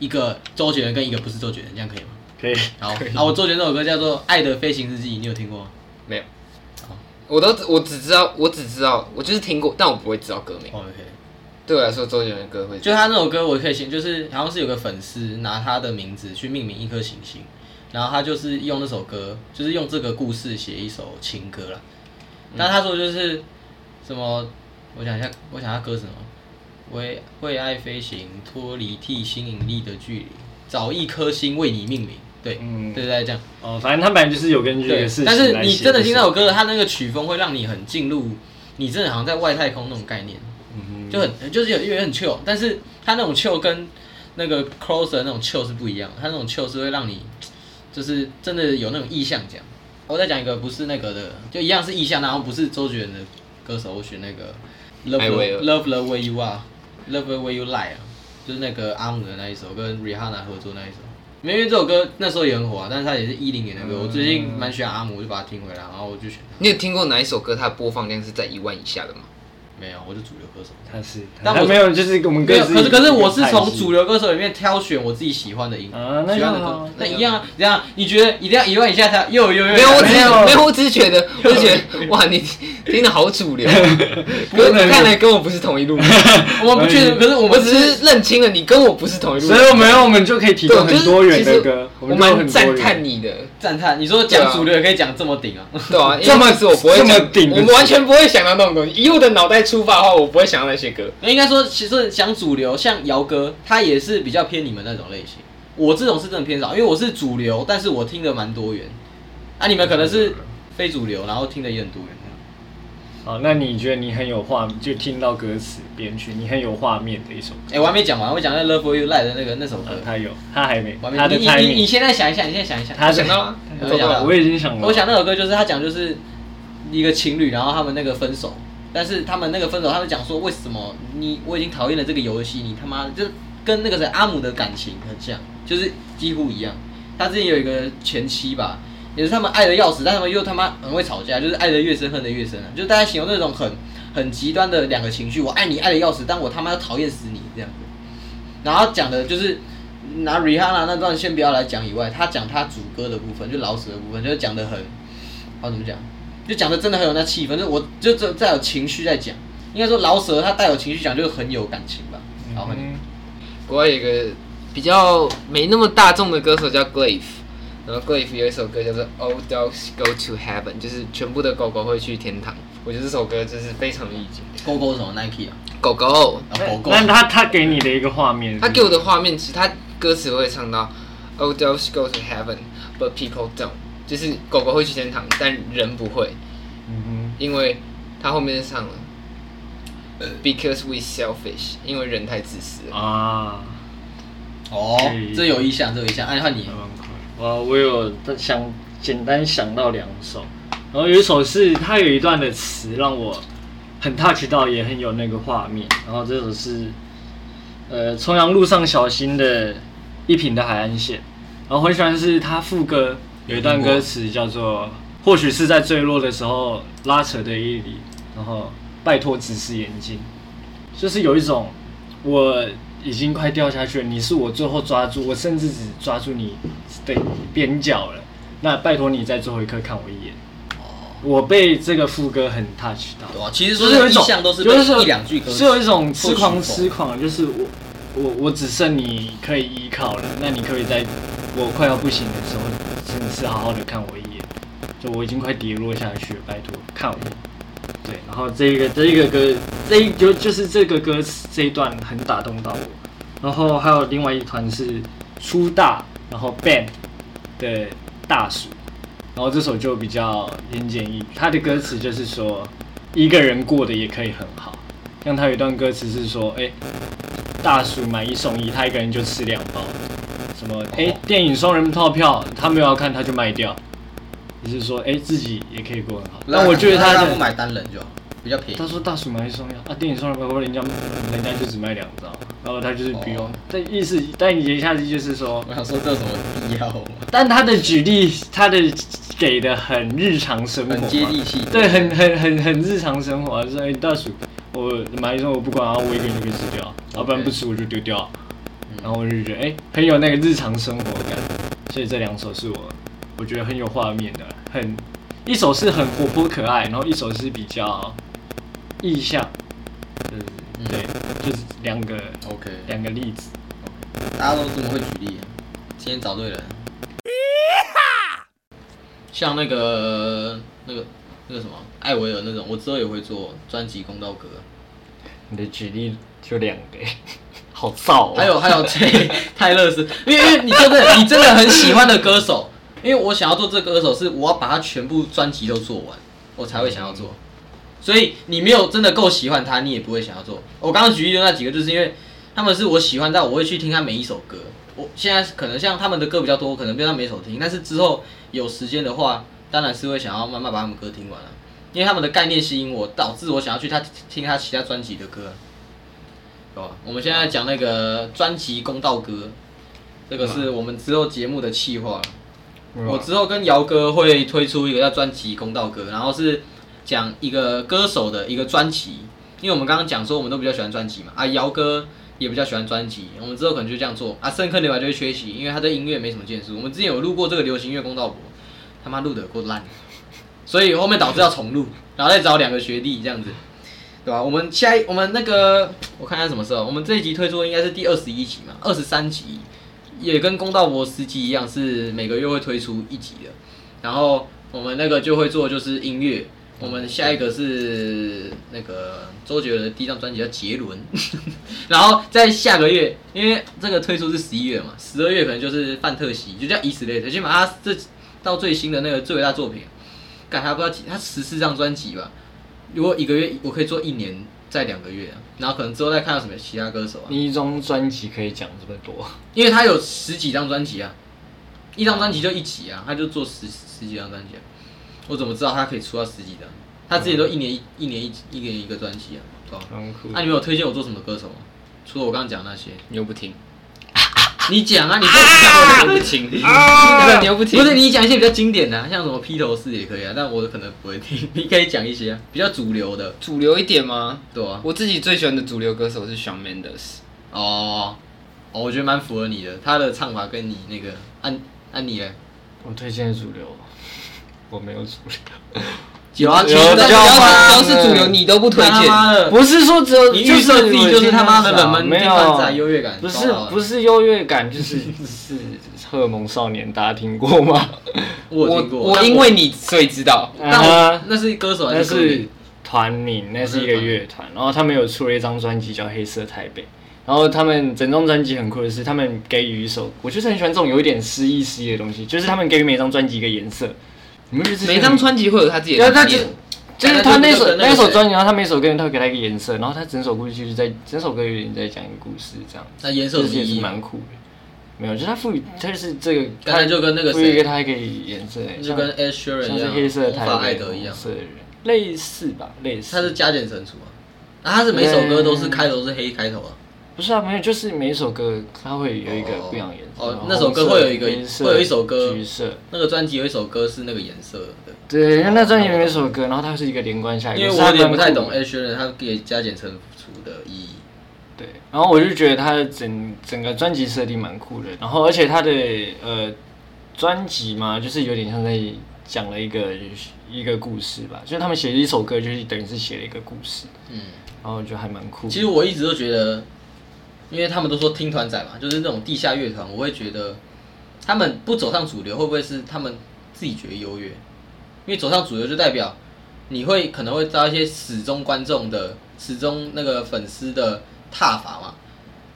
Speaker 3: 一个周杰伦跟一个不是周杰伦，这样可以吗？
Speaker 2: 可以，
Speaker 3: 好，啊，我周杰伦那首歌叫做《爱的飞行日记》，你有听过吗？
Speaker 4: 没有，我都我只知道，我只知道，我就是听过，但我不会知道歌名。
Speaker 3: 哦，OK，
Speaker 4: 对我来说，周杰伦的歌会
Speaker 3: 就他那首歌，我可以先就是好像是有个粉丝拿他的名字去命名一颗行星，然后他就是用那首歌，就是用这个故事写一首情歌啦。那他说就是什么？我想一下，我想他歌是什么？为为爱飞行，脱离地心引力的距离，找一颗星为你命名。对，
Speaker 2: 嗯
Speaker 3: 对对对，这样。
Speaker 2: 哦，反正他本来就是有根据这
Speaker 3: 对
Speaker 2: 个事，情
Speaker 3: 但是
Speaker 2: 来
Speaker 3: 你
Speaker 2: 写
Speaker 3: 真的听那首
Speaker 2: 首
Speaker 3: 歌，它那个曲风会让你很进入，你真的好像在外太空那种概念，就很就是有有点 chill，但是它那种 chill 跟那个 closer 那种 chill 是不一样的，它那种 chill 是会让你就是真的有那种意象讲。我再讲一个不是那个的，就一样是意象，然后不是周杰伦的歌手，我选那个 Love
Speaker 4: 艾薇儿
Speaker 3: the- Love the way you are，Love the way you lie 啊，就是那个阿姆的那一首跟 Rihanna 合作那一首。因为这首歌那时候也很火啊，但是它也是一零年的歌。我最近蛮喜欢阿姆，我就把它听回来，然后我就选它。
Speaker 4: 你有听过哪一首歌它的播放量是在一万以下的吗？
Speaker 3: 没有，我是主流歌手。
Speaker 2: 他是，
Speaker 3: 但
Speaker 2: 他
Speaker 3: 我
Speaker 2: 没有，就是我们各
Speaker 3: 没有，
Speaker 2: 自
Speaker 3: 可是可是我是
Speaker 2: 一个派
Speaker 3: 从
Speaker 2: 系
Speaker 3: 主流歌手里面挑选我自己喜欢的音，
Speaker 2: 啊，那
Speaker 3: 喜
Speaker 2: 就
Speaker 3: 欢的
Speaker 2: 好
Speaker 3: 歌，。那一样啊，这样你觉得一定要一万以下才又又又
Speaker 4: 没有，我只是
Speaker 2: 没有
Speaker 4: 没有，我只是觉得，我只是觉 得，哇，你听的好主流，
Speaker 2: 不
Speaker 4: 跟
Speaker 2: 能
Speaker 4: 看来跟我不是同 一路，
Speaker 3: 我们不确定，可是我
Speaker 4: 我
Speaker 3: 们
Speaker 4: 只是认清了你跟我不是同一路，
Speaker 2: 所以我们我们就可以提
Speaker 4: 对
Speaker 2: 供
Speaker 4: 我就是
Speaker 2: 很多元
Speaker 4: 其
Speaker 2: 的
Speaker 4: 实
Speaker 2: 歌，
Speaker 4: 我
Speaker 2: 们就有
Speaker 4: 蛮
Speaker 2: 很多
Speaker 4: 赞
Speaker 2: 元
Speaker 4: 叹你的，
Speaker 3: 赞叹。你说
Speaker 4: 对
Speaker 3: 讲
Speaker 4: 啊
Speaker 3: 主流也可以讲这么顶啊？
Speaker 4: 对啊，
Speaker 2: 这么
Speaker 4: 因为其实我不会想
Speaker 2: 这么顶的
Speaker 4: 我完全不会想到那种东西。以我的脑袋出发的话，我不会想到那些歌。
Speaker 3: 应该说，其实讲主流，像姚哥，他也是比较偏你们那种类型。我这种是真的偏少，因为我是主流，但是我听的蛮多元。啊，你们可能是非主流，然后听的也很多元。
Speaker 2: 好，那你觉得你很有画，就听到歌词编曲，你很有画面的一首
Speaker 3: 哎、我还没讲完，我讲那《Love for You Live》的那个那首歌
Speaker 2: 歌，，他有，他还没，
Speaker 3: 我
Speaker 2: 呃他
Speaker 3: 还没。
Speaker 2: 的
Speaker 3: 你你你你
Speaker 2: timing，
Speaker 3: 现在想一下，你现在想一下。
Speaker 2: 他
Speaker 4: 想到了
Speaker 2: 他走啊到了我已经想了，
Speaker 3: 我想那首歌就是他讲就是一个情侣，然后他们那个分手，但是他们那个分手，他们讲说为什么你我已经讨厌了这个游戏，你他妈就跟那个谁阿姆的感情很像，就是几乎一样。他之前有一个前妻吧，也是他们爱的要死，但他们又他妈很会吵架，就是爱的越深，恨的越深啊，就是大家形容那种很很极端的两个情绪，我爱你爱的要死，但我他妈讨厌死你这样子。然后讲的就是拿 Rihanna 那段先不要来讲以外，他讲他主歌的部分，就老死的部分，就是讲的很，好怎么讲，就讲的真的很有那气氛，就我就这再有情绪在讲，应该说老舍他带有情绪讲就是很有感情吧。好，换你
Speaker 2: 嗯
Speaker 4: 国外有一个比较没那么大众的歌手叫 Glaive，然后 Glaive 有一首歌叫做《All Dogs Go to Heaven》，就是全部的狗狗会去天堂。我觉得这首歌就是非常的意境。
Speaker 3: 勾勾什么 Nike 啊，
Speaker 4: 狗狗，
Speaker 3: 啊狗狗，
Speaker 2: 哎那他他给你的一个画面，
Speaker 4: 他给我的画面，其实他歌词会唱到 All dogs go to heaven, but people don't，就是狗狗会去天堂，但人不会。
Speaker 2: 嗯
Speaker 4: 因为他后面唱了，Because
Speaker 3: 呃
Speaker 4: we selfish，因为人太自私
Speaker 2: 哼
Speaker 4: 了。
Speaker 2: 啊，
Speaker 3: 哦，这有意向，这有意向，哎，换你
Speaker 2: 还，蛮快。哇，我有想简单想到两首，然后有一首是它有一段的词让我很 touch 到，也很有那个画面。然后这首是呃重阳路上小心的一品的海岸线，然后我很喜欢是它副歌有一段歌词叫做“或许是在坠落的时候拉扯的一里”，然后拜托直视眼睛。就是有一种我已经快掉下去了，你是我最后抓住，我甚至只抓住你的边角了。那拜托你在最后一刻看我一眼。我被这个副歌很 touch 到。
Speaker 3: 对啊，其实
Speaker 2: 就
Speaker 3: 说
Speaker 2: 是有
Speaker 3: 这
Speaker 2: 一
Speaker 3: 意
Speaker 2: 种，
Speaker 3: 向都是
Speaker 2: 就是
Speaker 3: 被
Speaker 2: 有
Speaker 3: 一两句歌词，
Speaker 2: 是有一种痴狂
Speaker 3: 或许
Speaker 2: 痴狂，就是我我我只剩你可以依靠了，那你可以在我快要不行的时候，真的是好好的看我一眼，就我已经快跌落下去了，拜托看我。对，然后这个这一个歌，这一就就是这个歌词这一段很打动到我。然后还有另外一团是初大，然后 Band 的大鼠，然后这首就比较言简意赅，它的歌词就是说一个人过得也可以很好。像他有一段歌词是说，哎、大叔买一送一，他一个人就吃两包。什么？哎、电影双人套票，他没有要看他就卖掉。你是说，哎、自己也可以过很好？但我觉得他
Speaker 3: 他不
Speaker 2: 的，
Speaker 3: 买单人就好，比较便宜
Speaker 2: 他。说大叔买一送一啊，电影双人包括人家人家就只卖两张，然后他就是不用
Speaker 3: 哦。
Speaker 2: 但意思，但言下之意就是说，
Speaker 3: 我想说这有什么必要吗？
Speaker 2: 但他的举例，他的给的很日常生活嘛，
Speaker 3: 很接地气。
Speaker 2: 对，很很很很日常生活、啊，就是哎、大叔，我买一送我不管啊，我一个人就可以吃掉，要不然不吃我就丢掉。然后我就觉得，哎、很有那个日常生活感，所以这两首是我我觉得很有画面的，很一首是很活泼可爱，然后一首是比较意象，就是对，就是两个
Speaker 3: OK，
Speaker 2: 两个例子。
Speaker 3: 大家都这么会举例、啊，今天找对人。像那个那个那个什么艾维尔那种，我之后也会做专辑公道歌。
Speaker 2: 你的举例就两个、 好啊燥哦
Speaker 3: 还有还 有泰泰勒斯，因为因为你真的你真的很喜欢的歌手，因为我想要做这个歌手，是我要把他全部专辑都做完，我才会想要做。所以你没有真的够喜欢他，你也不会想要做。我刚刚举例的那几个，就是因为他们是我喜欢到我会去听他每一首歌。我现在可能像他们的歌比较多，我可能不要每首听，但是之后有时间的话，当然是会想要慢慢把他们歌听完了、因为他们的概念吸引我，导致我想要去他听他其他专辑的歌啊、哦，我们现在讲那个专辑《公道歌》，这个是我们之后节目的企划。
Speaker 2: 嗯
Speaker 3: 我之后跟姚哥会推出一个叫专辑《公道歌》，然后是讲一个歌手的一个专辑，因为我们刚刚讲说我们都比较喜欢专辑嘛，啊，姚哥也比较喜欢专辑，我们之后可能就这样做啊。深坑刘白就会缺席，因为他对音乐没什么建树。我们之前有录过这个流行音乐公道博，他妈录的够烂，所以后面导致要重录， 然后再找两个学弟这样子。对吧、我们下一我们那个我看一下什么时候，我们这一集推出应该是第二十一集嘛，二十三集，也跟公道博司机一样，是每个月会推出一集的。然后我们那个就会做就是音乐，我们下一个是那个周杰伦的第一张专辑叫《杰伦》， 然后在下个月，因为这个推出是十一月嘛，十二月可能就是范特西，就叫以此类推，先把他这到最新的那个最伟大作品，干他不知道几，他十四张专辑吧，如果一个月我可以做一年，再两个月啊、然后可能之后再看到什么其他歌手啊，
Speaker 2: 你一张专辑可以讲这么多，
Speaker 3: 因为他有十几张专辑啊，一张专辑就一集啊，他就做十十几张专辑、啊，我怎么知道他可以出到十几张？他之前都一年一、一年一一年一个专辑啊，对吧？
Speaker 2: 很 酷
Speaker 3: 那、你们有推荐我做什么歌手吗？除了我刚刚讲那些，
Speaker 4: 你又不听，
Speaker 3: 你讲啊，你可以讲我
Speaker 4: 你
Speaker 3: 的
Speaker 4: 又不听，
Speaker 2: 啊
Speaker 4: 对你又不听，
Speaker 3: 啊不是你讲一些比较经典的、啊，像什么披头士也可以啊，但我可能不会听， 你可以讲一些、啊、比较主流的，
Speaker 4: 主流一点吗？
Speaker 3: 对啊，
Speaker 4: 我自己最喜欢的主流歌手是 Shawn Mendes，
Speaker 3: 哦，哦，我觉得蛮符合你的，他的唱法跟你那个按按你嘞，
Speaker 2: 我推荐主流，我没有主流，
Speaker 3: 有啊，
Speaker 1: 有
Speaker 3: 其实
Speaker 1: 比较
Speaker 4: 但
Speaker 3: 在
Speaker 4: 只要是
Speaker 1: 慢
Speaker 4: 只要是主流，你都不推
Speaker 3: 他
Speaker 4: 荐。
Speaker 3: 妈的，
Speaker 2: 不是说只有
Speaker 3: 你预设自己就是他妈的冷门
Speaker 2: 没
Speaker 3: 地段仔
Speaker 2: 有，
Speaker 3: 优越感，啊
Speaker 2: 不是不是优越感，就是 是荷尔蒙少年，大家听过吗？啊
Speaker 3: 我有
Speaker 4: 我
Speaker 3: 听过，
Speaker 4: 我
Speaker 3: 但
Speaker 4: 因为你所以知道，
Speaker 3: 但我
Speaker 2: 啊，
Speaker 3: 那是歌手还
Speaker 2: 那
Speaker 3: 是歌迷
Speaker 2: 是团名，那是一个乐团，然后他们有出了一张专辑叫《黑色台北》。然后他们整张专辑很酷的是，他们给予一首，我就是很喜欢这种有一点诗意诗意的东西，就是他们给予每张专辑一个颜色。你们觉得这是
Speaker 4: 每张专辑会有他自己
Speaker 2: 对
Speaker 4: 的
Speaker 2: 啊他
Speaker 4: 特
Speaker 2: 就
Speaker 4: 点。
Speaker 2: 就是他那首
Speaker 3: 那个那个谁
Speaker 2: 那首专辑，然后他每首歌他会给他一个颜色，然后他整首故事就是在整首歌有点在讲一个故事，这样
Speaker 3: 那颜色
Speaker 2: 这
Speaker 3: 有什么
Speaker 2: 也
Speaker 3: 意
Speaker 2: 是
Speaker 3: 义？
Speaker 2: 蛮酷的。没有，就是他赋予，他就是这个，
Speaker 3: 刚才就跟那个
Speaker 2: 赋予
Speaker 3: 谁
Speaker 2: 给他一个颜色，欸
Speaker 3: 就
Speaker 2: 像
Speaker 3: 跟 Ed Sheeran
Speaker 2: 像
Speaker 3: 一
Speaker 2: 是
Speaker 3: 样，
Speaker 2: 黑色的
Speaker 3: 红
Speaker 2: 台
Speaker 3: 发
Speaker 2: 北
Speaker 3: 艾德一样
Speaker 2: 红，色的人，类似吧，类似。
Speaker 3: 他是加减乘除啊，啊，他是每首歌都是
Speaker 2: 嗯
Speaker 3: 开头是黑开头啊，
Speaker 2: 不是啊？没有，就是每一首歌它会有一个不一样的颜色。
Speaker 3: 哦
Speaker 2: 然后
Speaker 3: 那首歌
Speaker 2: 红色
Speaker 3: 会有一个
Speaker 2: 黑色
Speaker 3: 会有一首歌
Speaker 2: 橘色。
Speaker 3: 那个专辑有一首歌是那个颜色的，
Speaker 2: 对，因为那专辑里面有一首歌，然后它是一个连贯下来的，
Speaker 3: 因为
Speaker 2: 是
Speaker 3: 我
Speaker 2: 它
Speaker 3: 有点不
Speaker 2: 蛮
Speaker 3: 太
Speaker 2: 酷的
Speaker 3: 懂 Ed Sheeran 他给加减乘除的意义。
Speaker 2: 对，然后我就觉得他的整整个专辑设定蛮酷的，然后而且他的呃专辑嘛，就是有点像在讲了一个一个故事吧，就是他们写了一首歌，就是等于是写了一个故事，
Speaker 3: 嗯，
Speaker 2: 然后就还蛮酷。
Speaker 3: 其实我一直都觉得，因为他们都说听团仔嘛，就是那种地下乐团，我会觉得他们不走上主流，会不会是他们自己觉得优越？因为走上主流就代表你会可能会遭一些始终观众的、始终那个粉丝的挞伐嘛，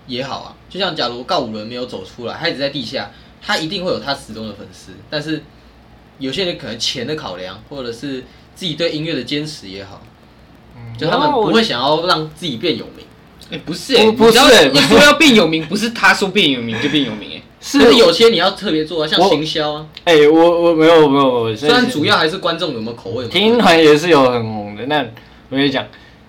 Speaker 3: 也好啊。就像假如告五人没有走出来，他一直在地下，他一定会有他始终的粉丝，但是有些人可能钱的考量，或者是自己对音乐的坚持也好，
Speaker 2: 嗯
Speaker 3: 就他们不会想要让自己变有名，
Speaker 4: 哎，不是哎，
Speaker 2: 不
Speaker 4: 你知道
Speaker 2: 不是欸
Speaker 4: 你说要变有名，不是他说变有名就变有名哎。
Speaker 2: 是
Speaker 3: 但是有些你要特别做啊，像
Speaker 2: 我
Speaker 3: 行销啊，
Speaker 2: 哎、我我没有没有没有，
Speaker 3: 虽然主要还是观众有没有哎口味嘛。
Speaker 2: 听团也是有很红的。那我跟你讲，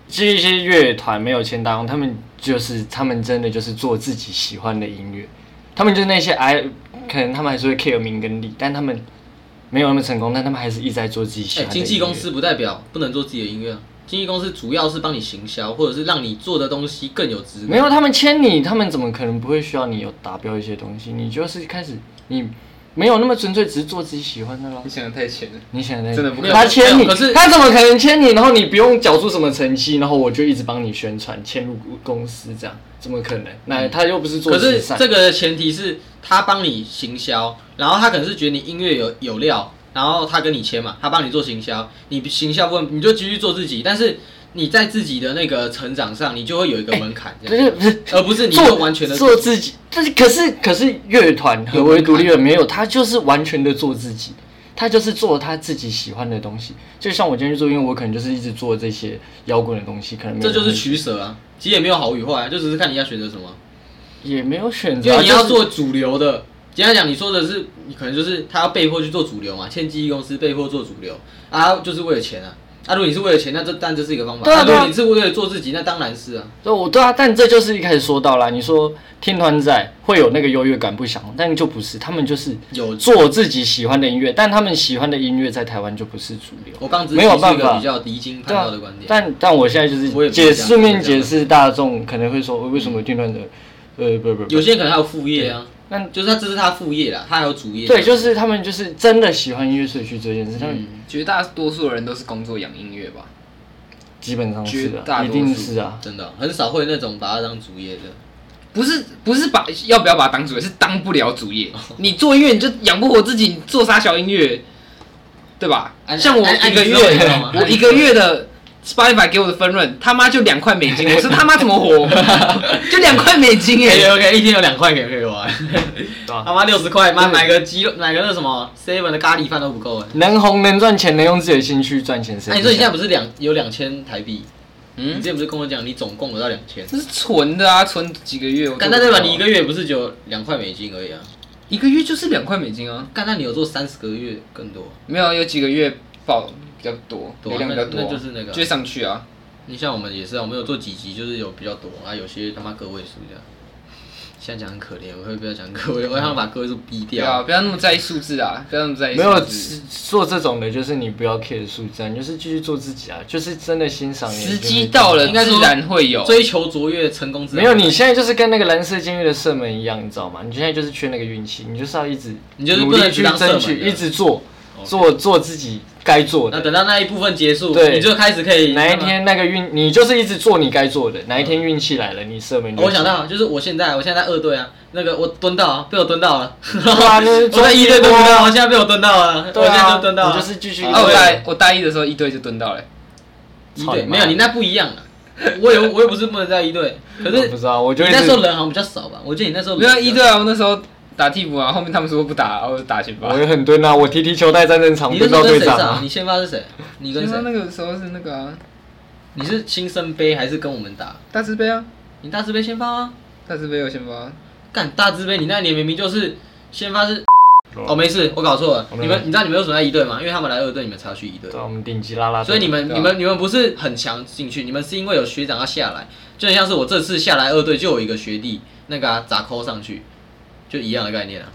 Speaker 2: 这一些乐团没有签大红，他们就是他们真的就是做自己喜欢的音乐，他们就是那些哎，可能他们还是会 care 名跟利，但他们没有那么成功，但他们还是一直在做自己喜
Speaker 3: 哎、
Speaker 2: 欢的音
Speaker 3: 经
Speaker 2: 乐。
Speaker 3: 纪公司不代表不能做自己的音乐啊，经纪公司主要是帮你行销，或者是让你做的东西更有质
Speaker 2: 没
Speaker 3: 感。
Speaker 2: 有，他们签你，他们怎么可能不会需要你有达标一些东西？你就是开始你没有那么纯粹，只是做自己喜欢的咯。
Speaker 4: 你想的太浅了。
Speaker 2: 你想的
Speaker 4: 真的不可能
Speaker 2: 他签
Speaker 3: 没有
Speaker 2: 你，
Speaker 3: 可是
Speaker 2: 他怎么可能签你？然后你不用缴出什么成绩，然后我就一直帮你宣传，签入公司这样，怎么可能？那他又不是
Speaker 3: 嗯
Speaker 2: 做
Speaker 3: 可
Speaker 2: 慈
Speaker 3: 是
Speaker 2: 善，
Speaker 3: 这个前提是他帮你行销，然后他可能是觉得你音乐有有料，然后他跟你签嘛，他帮你做行销，你行销部分你就继续做自己，但是你在自己的那个成长上，你就会有一个门槛，这
Speaker 2: 不
Speaker 3: 样、
Speaker 2: 是不是
Speaker 3: 而不是你就
Speaker 2: 做
Speaker 3: 完全的
Speaker 2: 做自己，这是可是可是乐团和唯独立乐没有，他就是完全的做自己，他就是做他自己喜欢的东西。就像我今天去做音乐，我可能就是一直做这些摇滚的东西，可能没有
Speaker 3: 这就是
Speaker 2: 人
Speaker 3: 取舍啊。其实也没有好与坏啊，就只是看你要选择什么。
Speaker 2: 也没有选择
Speaker 3: 因
Speaker 2: 啊，
Speaker 3: 为你要
Speaker 2: 就是
Speaker 3: 做主流的，简单讲，你说的是你可能就是他要被迫去做主流嘛，欠经纪公司被迫做主流啊，就是为了钱啊。啊，如果你是为了钱，那这但这是一个方法；
Speaker 2: 对
Speaker 3: 那
Speaker 2: 啊
Speaker 3: 如
Speaker 2: 对啊
Speaker 3: 果你是为了做自己，那当然是啊。
Speaker 2: 对，我对啊，但这就是一开始说到啦，你说天团仔会有那个优越感不想，但就不是，他们就是
Speaker 3: 有
Speaker 2: 做自己喜欢的音乐，但他们喜欢的音乐在台湾就不是主流，
Speaker 3: 我刚只是
Speaker 2: 没有
Speaker 3: 提出一
Speaker 2: 办
Speaker 3: 个
Speaker 2: 法
Speaker 3: 比较离经叛
Speaker 2: 对啊
Speaker 3: 道的观，点。
Speaker 2: 但但我现在就
Speaker 3: 我也
Speaker 2: 是
Speaker 3: 不是这
Speaker 2: 解
Speaker 3: 样
Speaker 2: 顺便
Speaker 3: 我这
Speaker 2: 解
Speaker 3: 样
Speaker 2: 释大众可能会说为什么天团仔，呃不不不，
Speaker 3: 有些人可能还有副业啊，
Speaker 2: 那
Speaker 3: 就是他这是他副业啦，他还有主业。
Speaker 2: 对，就是他们就是真的喜欢音乐，所以去做这件事，他们
Speaker 3: 嗯
Speaker 4: 绝大多数人都是工作养音乐吧？
Speaker 2: 基本上是
Speaker 4: 绝
Speaker 2: 的、
Speaker 4: 大
Speaker 2: 一
Speaker 4: 多
Speaker 2: 定
Speaker 4: 数
Speaker 2: 是啊，
Speaker 3: 真的哦很少会那种把它当主业的。
Speaker 4: 不是不是把要不要把它当主业，是当不了 主业。你做音乐你就养不活自己，你做啥小音乐，对吧？
Speaker 3: 啊
Speaker 4: 像我
Speaker 3: 啊啊
Speaker 4: 一个
Speaker 3: 你
Speaker 4: 月，
Speaker 3: 知道你知道吗
Speaker 4: 我一个月的 Spotify 给我的分润他妈就两块 美金，我是他妈怎么活？就两块美金哎、
Speaker 3: OK，一天有两块给给我，
Speaker 2: 对啊
Speaker 3: 他妈六十块，妈买个鸡肉，买个那什么 seven 的咖喱饭都不够哎。
Speaker 2: 能红能赚钱，能用自己的兴趣赚钱，谁
Speaker 3: 哎，
Speaker 2: 不
Speaker 3: 你说你现在
Speaker 2: 想
Speaker 3: 不是两有两千台币？你
Speaker 4: 嗯
Speaker 3: 之，前不是跟我讲你总共得到两千？
Speaker 4: 这是存的啊，存几个月？我
Speaker 3: 干，
Speaker 4: 都
Speaker 3: 那
Speaker 4: 不
Speaker 3: 代
Speaker 4: 知道
Speaker 3: 表你一个月不是只有两块美金而已啊？
Speaker 4: 一个月就是两块美金啊？
Speaker 3: 干，那你有做三十个月更多？啊
Speaker 4: 没有，有几个月报比较多，
Speaker 3: 多啊
Speaker 4: 流量比较多啊、
Speaker 3: 那那就是那个啊
Speaker 4: 就会上去啊。
Speaker 3: 你像我们也是啊，我们有做几集，就是有比较多啊，有些他妈个位数这样。现在讲很可怜，我会不要讲个位，我想把个位数逼
Speaker 4: 对啊，
Speaker 3: 掉。
Speaker 4: 不要那么在意数字啊，不要那么在意
Speaker 2: 没有
Speaker 4: 数字。
Speaker 2: 做这种的，就是你不要 care 数字，啊你就是继续做自己啊，就是真的欣赏你的音乐。
Speaker 4: 时机到了，
Speaker 3: 应该说
Speaker 4: 自然会有。
Speaker 3: 追求卓越，成功之
Speaker 2: 没有，你现在就是跟那个蓝色监狱的射门一样，你知道吗？你现在就是缺那个运气，你就是要一直
Speaker 3: 你就是
Speaker 2: 努
Speaker 3: 不
Speaker 2: 力
Speaker 3: 能只
Speaker 2: 去
Speaker 3: 当射门
Speaker 2: 争取，
Speaker 3: 的
Speaker 2: 一直做
Speaker 3: OK
Speaker 2: 做做自己该做
Speaker 3: 那
Speaker 2: 的。
Speaker 3: 等到那一部分结束，
Speaker 2: 对
Speaker 3: 你就开始可以
Speaker 2: 哪一。天那个运，你就是一直做你该做的。哪一天运气来了，你射门就
Speaker 3: 哦我想到，就是我现在，我现在在二队啊，那个我蹲到啊，被我蹲到了。
Speaker 2: 对 啊那是
Speaker 3: 我在一队蹲不
Speaker 2: 中
Speaker 3: 到，
Speaker 2: 间
Speaker 3: 我现在被我蹲到了，
Speaker 2: 啊对
Speaker 3: 我现在
Speaker 2: 啊，
Speaker 3: 就蹲到了。
Speaker 2: 你就是继续
Speaker 4: 啊，我
Speaker 2: 一直
Speaker 4: 大我大一的时候一堆就蹲到了、
Speaker 3: 一
Speaker 2: 操
Speaker 3: 队
Speaker 2: 你妈
Speaker 3: 没有，你那不一样啊。我也我也不是不能在一队，可
Speaker 2: 我
Speaker 3: 是
Speaker 2: 不知道，我就
Speaker 3: 你
Speaker 2: 一
Speaker 3: 那
Speaker 2: 直
Speaker 3: 时候人好像比较少吧？我记得你那时候
Speaker 4: 没有
Speaker 3: 人
Speaker 4: 一队啊，我那时候打替补啊，后面他们说不打，我就打先发
Speaker 2: 我。也很蹲啊，我踢踢球带战争场
Speaker 3: 你那
Speaker 2: 蹲
Speaker 3: 时候
Speaker 2: 到
Speaker 3: 跟
Speaker 2: 队
Speaker 3: 谁
Speaker 2: 长
Speaker 3: 上？
Speaker 2: 啊
Speaker 3: 你。先发是谁？你跟
Speaker 4: 先发
Speaker 3: 谁？
Speaker 4: 那个时候是那个啊，
Speaker 3: 你是新生杯还是跟我们打？
Speaker 4: 大师杯啊，
Speaker 3: 你大师杯先发啊？
Speaker 4: 大师杯有先发。啊
Speaker 3: 干大师杯，你那年明明就是先发是。哦，没事，我搞错了。
Speaker 2: 我们
Speaker 3: 你们你知道你们为什么在一队吗？因为他们来二队，你们才要去一队。
Speaker 2: 对啊，我们顶级啦啦队，
Speaker 3: 所以你们、
Speaker 4: 对啊
Speaker 3: 你们你们不是很强进去，你们是因为有学长要下来，就很像是我这次下来二队就有一个学弟那个啊砸扣上去，就一样的概念啊。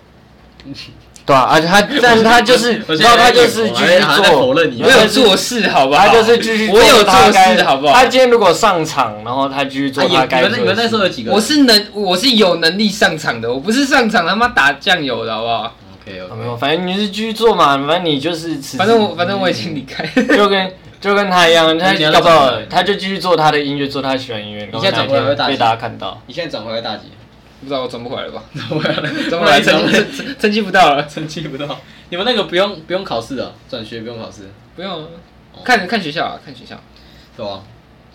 Speaker 2: 对啊，而 且他但他就是，
Speaker 3: 我现在
Speaker 2: 然后他
Speaker 3: 在
Speaker 2: 就
Speaker 3: 演
Speaker 2: 是
Speaker 3: 我
Speaker 2: 继
Speaker 3: 还
Speaker 2: 续
Speaker 3: 好像在否
Speaker 2: 做，
Speaker 3: 认你
Speaker 4: 我
Speaker 2: 没
Speaker 4: 有做事好不好？
Speaker 2: 啊他就是继续做
Speaker 4: 我有
Speaker 2: 他
Speaker 4: 做
Speaker 2: 该
Speaker 4: 事好不好
Speaker 2: 他？今天如果上场，然后他继续
Speaker 3: 啊，
Speaker 2: 做
Speaker 3: 也
Speaker 2: 他
Speaker 3: 你
Speaker 2: 该做
Speaker 3: 们那
Speaker 2: 的事
Speaker 3: 你们那时候有几个人？
Speaker 4: 我是能，我是有能力上场的，我不是上场他妈打酱油的好不好？
Speaker 3: OK
Speaker 2: 啊
Speaker 3: OK，
Speaker 2: 没有，反正你是继续做嘛，反正你就是辞职
Speaker 4: 反正我反正我已经离开。
Speaker 2: 就跟就跟他一样，他
Speaker 3: 你要
Speaker 2: 搞不好
Speaker 3: 怎么办
Speaker 2: 他就继续做他的音乐，做他喜欢的音乐，然后
Speaker 3: 现在
Speaker 2: 哪
Speaker 3: 转
Speaker 2: 一
Speaker 3: 过来会
Speaker 2: 天
Speaker 3: 打击
Speaker 2: 被大家看到。
Speaker 3: 你现在转回来大 几？
Speaker 4: 不知道我转不回来了 吧？
Speaker 3: 转回来，
Speaker 4: 转不回来，成 绩成成绩不到了，
Speaker 3: 成绩不到。你们那个不用不用考试的，转学不用考试，
Speaker 4: 不用啊。看看学校啊，看学校。
Speaker 3: 对吧？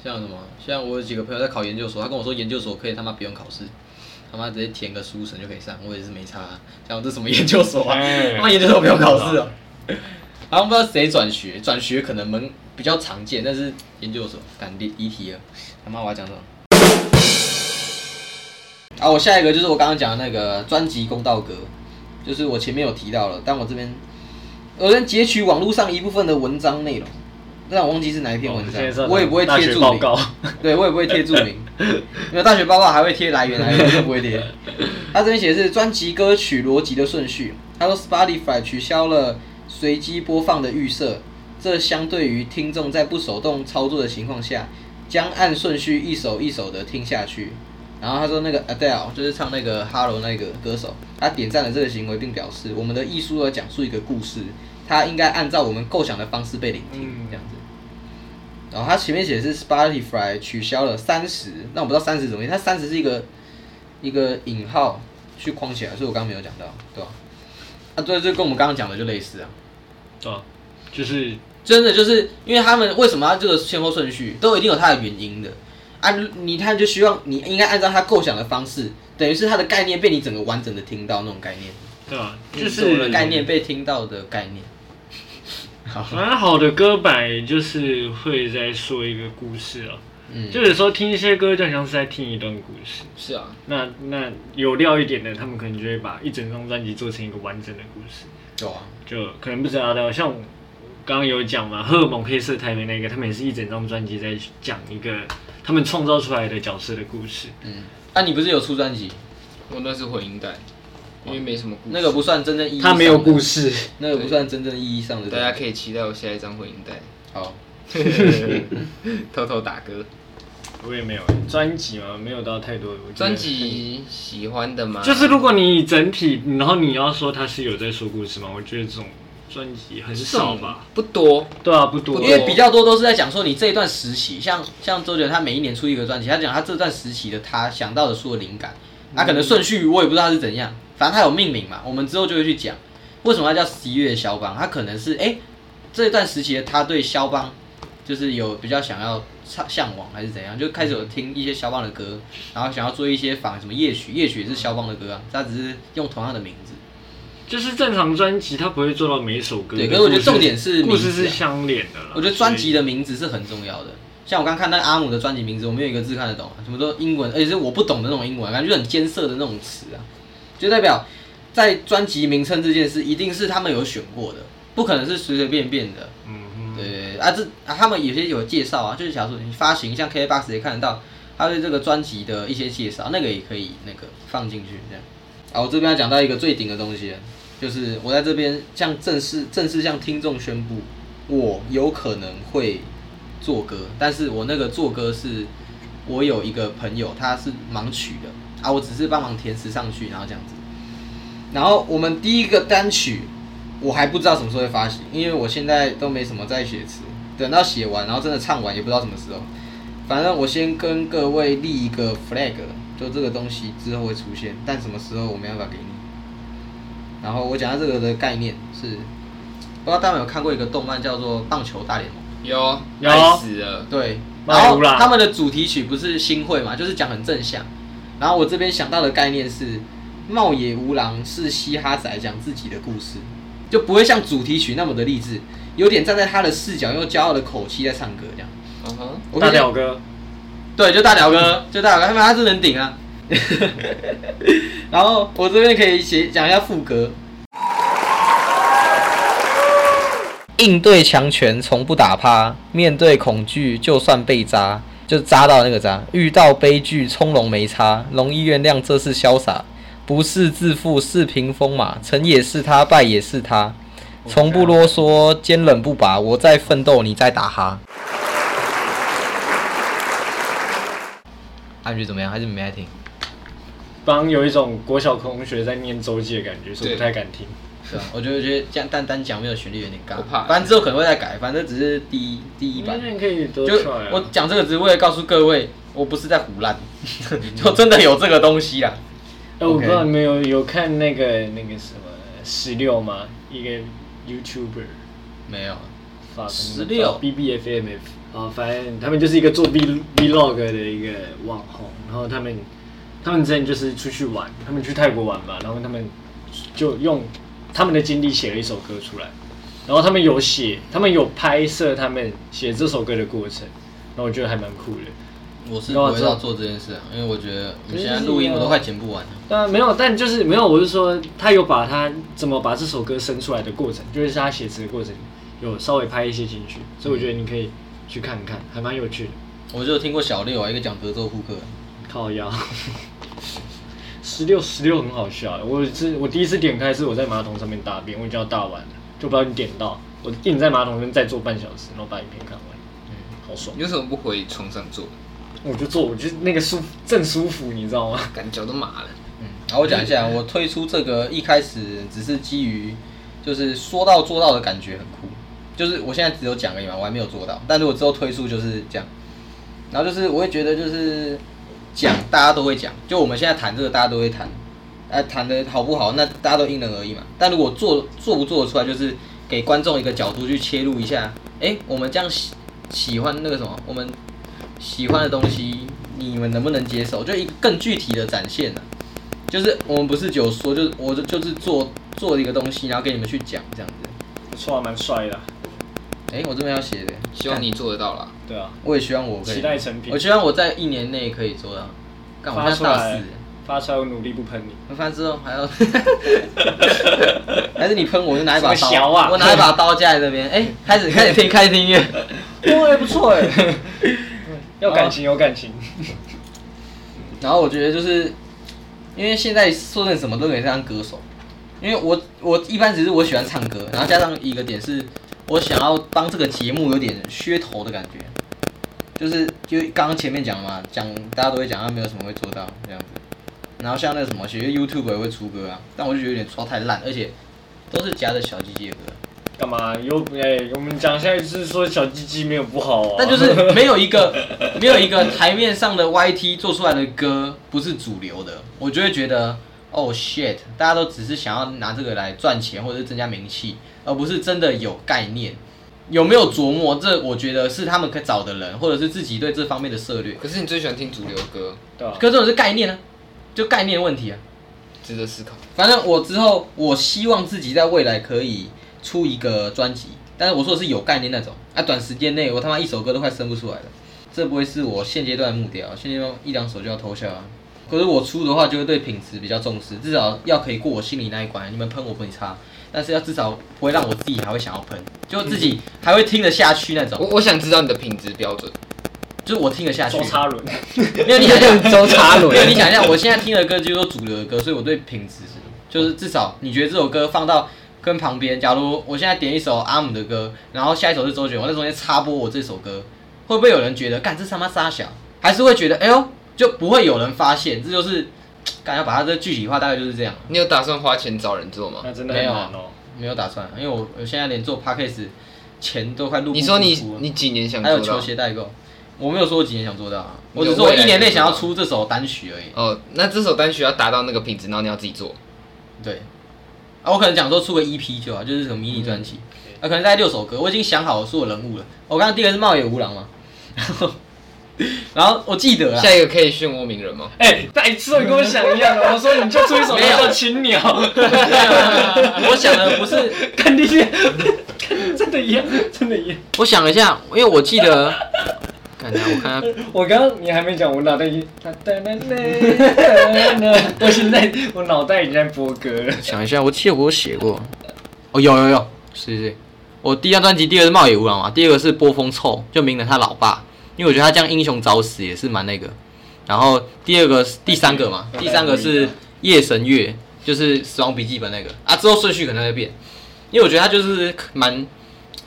Speaker 3: 像什么？像我有几个朋友在考研究所，他跟我说研究所可以他妈不用考试，他妈直接填个书审就可以上，我也是没差、啊。像我这什么研究所啊？
Speaker 2: 哎
Speaker 3: 他妈研究所不用考 试哦。好像不知道谁转学，转学可能，E 啊门比较常见，但是研究所感觉离题了。他妈我要讲什么？啊，我下一个就是我刚刚讲的那个专辑《公道歌》，就是我前面有提到了，但我这边我先截取网络上一部分的文章内容，但我忘记是哪一篇文
Speaker 2: 哦现在是
Speaker 3: 章，
Speaker 2: 要
Speaker 3: 我也不会
Speaker 2: 大
Speaker 3: 贴
Speaker 2: 学
Speaker 3: 注
Speaker 2: 报
Speaker 3: 明，
Speaker 2: 告，
Speaker 3: 对我也不会贴注明，因为大学报告还会贴来源，来源就不会贴。 他这边写的是专辑歌曲逻辑的顺序，他说 Spotify 取消了随机播放的预设，这相对于听众在不手动操作的情况下，将按顺序一首一首的听下去。然后他说那个 Adele 就是唱那个 Hello 那个歌手，他点赞了这个行为，并表示我们的艺术要讲述一个故事，他应该按照我们构想的方式被聆听，
Speaker 2: 嗯
Speaker 3: 这样子。然后他前面写的是 Spotify 取消了三十，那我不知道三十怎么意思，它三十是一个一个引号去框起来，所以我刚刚没有讲到，对吧、啊？对，就跟我们刚刚讲的就类似啊。
Speaker 2: 对啊，就是
Speaker 3: 真的就是因为他们为什么要这个先后顺序，都一定有它的原因的。啊，你他就希望你应该按照他构想的方式，等于是他的概念被你整个完整的听到那种概念，
Speaker 2: 对啊，
Speaker 3: 就
Speaker 2: 就是
Speaker 3: 我的
Speaker 2: 是
Speaker 3: 概念被听到的概念。
Speaker 2: 蛮好的歌摆就是会在说一个故事啊，
Speaker 3: 嗯，
Speaker 2: 就有时候听一些歌就很像是在听一段故事。
Speaker 4: 是啊，
Speaker 2: 那那有料一点的，他们可能就会把一整张专辑做成一个完整的故事，
Speaker 3: 有啊，
Speaker 2: 就可能不知道的，像我刚刚有讲嘛，《荷尔蒙黑色台北》那个，他们也是一整张专辑在讲一个他们创造出来的角色的故事。
Speaker 3: 嗯，啊，你不是有出专辑，
Speaker 4: 我那是混音带，因为没什么故事。
Speaker 3: 那个不算真正意义，
Speaker 2: 他没有故，事，
Speaker 3: 那个不算真正意义上的。
Speaker 4: 大啊家可以期待我下一张混音 带，
Speaker 3: 好，
Speaker 4: 偷偷打歌。
Speaker 2: 我也没有专辑嘛，没有到太多。我觉得
Speaker 4: 专辑喜欢的吗？
Speaker 2: 就是如果你整体，然后你要说他是有在说故事吗？我觉得这种专辑很少吧。
Speaker 4: 不多，
Speaker 2: 对啊，不多。
Speaker 3: 因为比较多都是在讲说你这一段时期，像像周杰伦他每一年出一个专辑，他讲他这段时期的他想到的所有灵感，他、可能顺序我也不知道他是怎样，反正他有命名嘛，我们之后就会去讲为什么他叫十一月肖邦，他可能是哎、这一段时期的他对肖邦就是有比较想要唱向往还是怎样，就开始有听一些肖邦的歌，然后想要做一些仿什么夜曲，夜曲也是肖邦的歌啊，他只是用同样的名字，
Speaker 2: 就是正常专辑，他不会做到每一首歌
Speaker 3: 对
Speaker 2: 的故
Speaker 3: 可
Speaker 2: 事。
Speaker 3: 是我觉得重点是
Speaker 2: 故事
Speaker 3: 名字
Speaker 2: 是
Speaker 3: 啊
Speaker 2: 相连的啦。
Speaker 3: 我觉得专辑
Speaker 2: 的
Speaker 3: 的名字是很重要的。像我刚看那个阿姆的专辑名字，我没有一个字看得懂啊，什么都英文，而且是我不懂的那种英文，感觉很艰涩的那种词啊，就代表在专辑名称这件事，一定是他们有选过的，不可能是随随便便的。
Speaker 2: 嗯哼，
Speaker 3: 对啊，这啊他们有些有介绍啊，就是假如说你发行，像 KBox 也看得到，他对这个专辑的一些介绍，那个也可以那个放进去这样。啊，我这边要讲到一个最顶的东西了，啊就是我在这边向正式正式向听众宣布，我有可能会做歌，但是我那个做歌是，我有一个朋友他是盲曲的啊，我只是帮忙填词上去，然后这样子。然后我们第一个单曲，我还不知道什么时候会发行，因为我现在都没什么在写词，等到写完，然后真的唱完也不知道什么时候。反正我先跟各位立一个 flag，就这个东西之后会出现，但什么时候我没办法给你。然后我讲到这个的概念是，不知道大家有没有看过一个动漫叫做《棒球大联盟》。
Speaker 4: 有
Speaker 2: 有
Speaker 4: 爱死了。
Speaker 3: 对，然
Speaker 2: 马
Speaker 3: 后
Speaker 2: 路啦
Speaker 3: 他们的主题曲不是新会嘛，就是讲很正向。然后我这边想到的概念是，茂野无郎是嘻哈仔讲自己的故事，就不会像主题曲那么的励志，有点站在他的视角，用骄傲的口气在唱歌这样。
Speaker 4: 嗯哼，
Speaker 3: 我
Speaker 2: 大
Speaker 3: 跟你
Speaker 2: 屌哥，
Speaker 3: 对，就大屌哥，就大屌哥，他们他是能顶啊。 然后我这边可以写讲一下副歌。应对强权从不打趴，面对恐惧就算被扎，就扎到那个扎。遇到悲剧从容没差，容易原谅这是潇洒，不是自负是屏风马，成也是他，败也是他，从不啰嗦，坚忍不拔，我在奋斗，你在打哈。感觉怎么样？还是没爱听？
Speaker 2: 帮有一种国小同学在念周记的感觉，所以
Speaker 4: 对
Speaker 2: 不太敢听。
Speaker 3: 是啊，我觉得我觉得这样单单讲没有旋律有点尬
Speaker 4: 我怕，
Speaker 3: 反正之后可能会再改，反正只是第一第一版。
Speaker 2: 那你可以多
Speaker 3: 就
Speaker 2: 出来啊。
Speaker 3: 我讲这个只是为了告诉各位，我不是在胡乱， 就真的有这个东西啦。
Speaker 2: 哎，我不知道
Speaker 3: OK
Speaker 2: 你们有有看那个那个什么十六吗？一个 YouTuber
Speaker 3: 没有，
Speaker 2: 发的那
Speaker 3: 16
Speaker 2: 个 BBFMF 啊，反正他们就是一个做 V Vlog 的一个网红，然后他们他们之前就是出去玩，他们去泰国玩吧，然后他们就用他们的经历写了一首歌出来，然后他们有写，他们有拍摄他们写这首歌的过程，那我觉得还蛮酷的。
Speaker 3: 我是不会要做这件事啊，因为我觉得我们现在录音我都快剪不完了。
Speaker 2: 当然没有，但就是没有，我是说他有把他怎么把这首歌生出来的过程，就是他写词的过程，有稍微拍一些进去，所以我觉得你可以去看看，还蛮有趣的。
Speaker 3: 我就有听过小六啊，一个讲德州扑克，
Speaker 2: 靠腰，十六十六很好笑，欸我是我第一次点开是我在马桶上面大便，我已经要大完了，就不知道你点到，我硬在马桶上面再坐半小时，然后把影片看完，嗯，好爽
Speaker 4: 你，为什么不回床上坐？
Speaker 2: 我就坐，我就那个舒正舒服，你知道吗？
Speaker 4: 感觉脚都麻了。
Speaker 3: 嗯，然后我讲一下，我推出这个一开始只是基于就是说到做到的感觉很酷，就是我现在只有讲而已嘛，我还没有做到，但如果之后推出就是这样，然后就是我会觉得就是讲大家都会讲，就我们现在谈这个大家都会谈，哎、谈的好不好那大家都因人而异嘛，但如果做做不做得出来，就是给观众一个角度去切入一下，哎，我们这样喜喜欢那个什么，我们喜欢的东西，你们能不能接受？就一个更具体的展现啊呢、就是我们不是有说，就是我就就是做做一个东西，然后给你们去讲这样子。
Speaker 2: 不错啊，蛮帅的啊，
Speaker 3: 哎、我这边要写的，
Speaker 4: 希望你做得到啦。
Speaker 2: 对啊，
Speaker 3: 我也希望我可以
Speaker 2: 期待成品
Speaker 3: 我希望我在一年内可以做到。干，我现
Speaker 2: 发
Speaker 3: 在
Speaker 2: 出
Speaker 3: 大
Speaker 2: 来
Speaker 3: 四，，
Speaker 2: 发出来，我努力不喷你。
Speaker 3: 我发之后 还要， 还是你喷我，我就拿一把
Speaker 2: 什么
Speaker 3: 刀，
Speaker 2: 小啊
Speaker 3: 我拿一把刀架在这边。哎、开始开始听开始听音乐，
Speaker 2: 对，不错啊哎， 有感情有感情，
Speaker 3: 然后我觉得就是，因为现在说真的什么都可以当歌手，因为我我一般只是我喜欢唱歌，然后加上一个点是，我想要帮这个节目有点噱头的感觉，就是就刚刚前面讲嘛，讲大家都会讲，他没有什么会做到这样子。然后像那个什么，其实 YouTube 也会出歌啊，但我就觉得有点刷太烂，而且都是夹着小鸡鸡的歌，
Speaker 2: 干嘛？有哎、我们讲一下，就是说小鸡鸡没有不好啊，
Speaker 3: 但就是没有一个没有一个台面上的 YT 做出来的歌不是主流的，我就会觉得哦 shit，大家都只是想要拿这个来赚钱或者是增加名气，而不是真的有概念。有没有琢磨？这我觉得是他们可找的人，或者是自己对这方面的策略。
Speaker 4: 可是你最喜欢听主流歌，
Speaker 2: 对吧、
Speaker 3: 可是这种是概念啊，就概念问题啊。
Speaker 4: 值得思考。
Speaker 3: 反正我之后，我希望自己在未来可以出一个专辑，但是我说的是有概念那种，啊，短时间内我他妈一首歌都快生不出来了，这不会是我现阶段的目标，啊现阶段一两首就要偷笑啊。可是我出的话，就会对品质比较重视，至少要可以过我心里那一关。你们喷我不会差，但是要至少不会让我自己还会想要喷，就自己还会听得下去那
Speaker 4: 我
Speaker 3: 种，
Speaker 4: 我想知道你的品质 标准。
Speaker 3: 就是我听得下去
Speaker 2: 周。插 轮，
Speaker 3: 没有你想一下，
Speaker 4: 周查
Speaker 3: 没有，你想一下，我现在听的歌就是说主流的歌，所以我对品质是就是至少你觉得这首歌放到跟旁边，假如我现在点一首阿姆的歌，然后下一首是周杰伦，我在中间插播我这首歌，会不会有人觉得干这他妈傻小？还是会觉得哎呦就不会有人发现？这就是感觉把它这具体化，大概就是这样。
Speaker 4: 你有打算花钱找人做吗？
Speaker 2: 那真的很难哦、
Speaker 3: 没有打算，因为我我现在连做 podcast 钱都快录不
Speaker 4: 你说你
Speaker 3: 出了
Speaker 4: 你几年想
Speaker 3: 嗯还有
Speaker 4: 做
Speaker 3: 球
Speaker 4: 到？
Speaker 3: 鞋代购，我没有说我几年想做到啊，
Speaker 4: 你
Speaker 3: 我
Speaker 4: 有
Speaker 3: 只是说我
Speaker 4: 未来
Speaker 3: 一年内
Speaker 4: 想
Speaker 3: 想
Speaker 4: 做
Speaker 3: 要
Speaker 4: 到
Speaker 3: 出这首单曲而已。
Speaker 4: 哦，那这首单曲要达到那个品质，然后你要自己做。
Speaker 3: 对，啊，我可能讲说出个 EP 就好，就是什么迷你专辑，啊，可能大概六首歌，我已经想好所有人物了。我刚刚第一个是茂野无郎嘛，然后然后我记得啊，
Speaker 4: 下一个可以漩涡鸣人吗？
Speaker 2: 哎、白痴，你跟我想一样 的，我说你就出一首歌叫《青 鸟》，
Speaker 3: 我想的不是，
Speaker 2: 看你脸，真的一样，真的一样。
Speaker 3: 我想了一下，因为我记得，看一下，我看一下，
Speaker 2: 我刚刚你还没讲，我脑袋已经， 我现在我脑袋已经在播歌了。
Speaker 3: 想一下，我记得我有写过，哦，有有有，是是，我第一张专辑，第二个是茂野无郎嘛，第二个是波峰臭，就名人他老爸，因为我觉得他这样英雄早死也是蛮那个。然后第二个是第三个嘛，第三个是夜神月，就是《死亡笔记本》那个啊，之后顺序可能会变，因为我觉得他就是蛮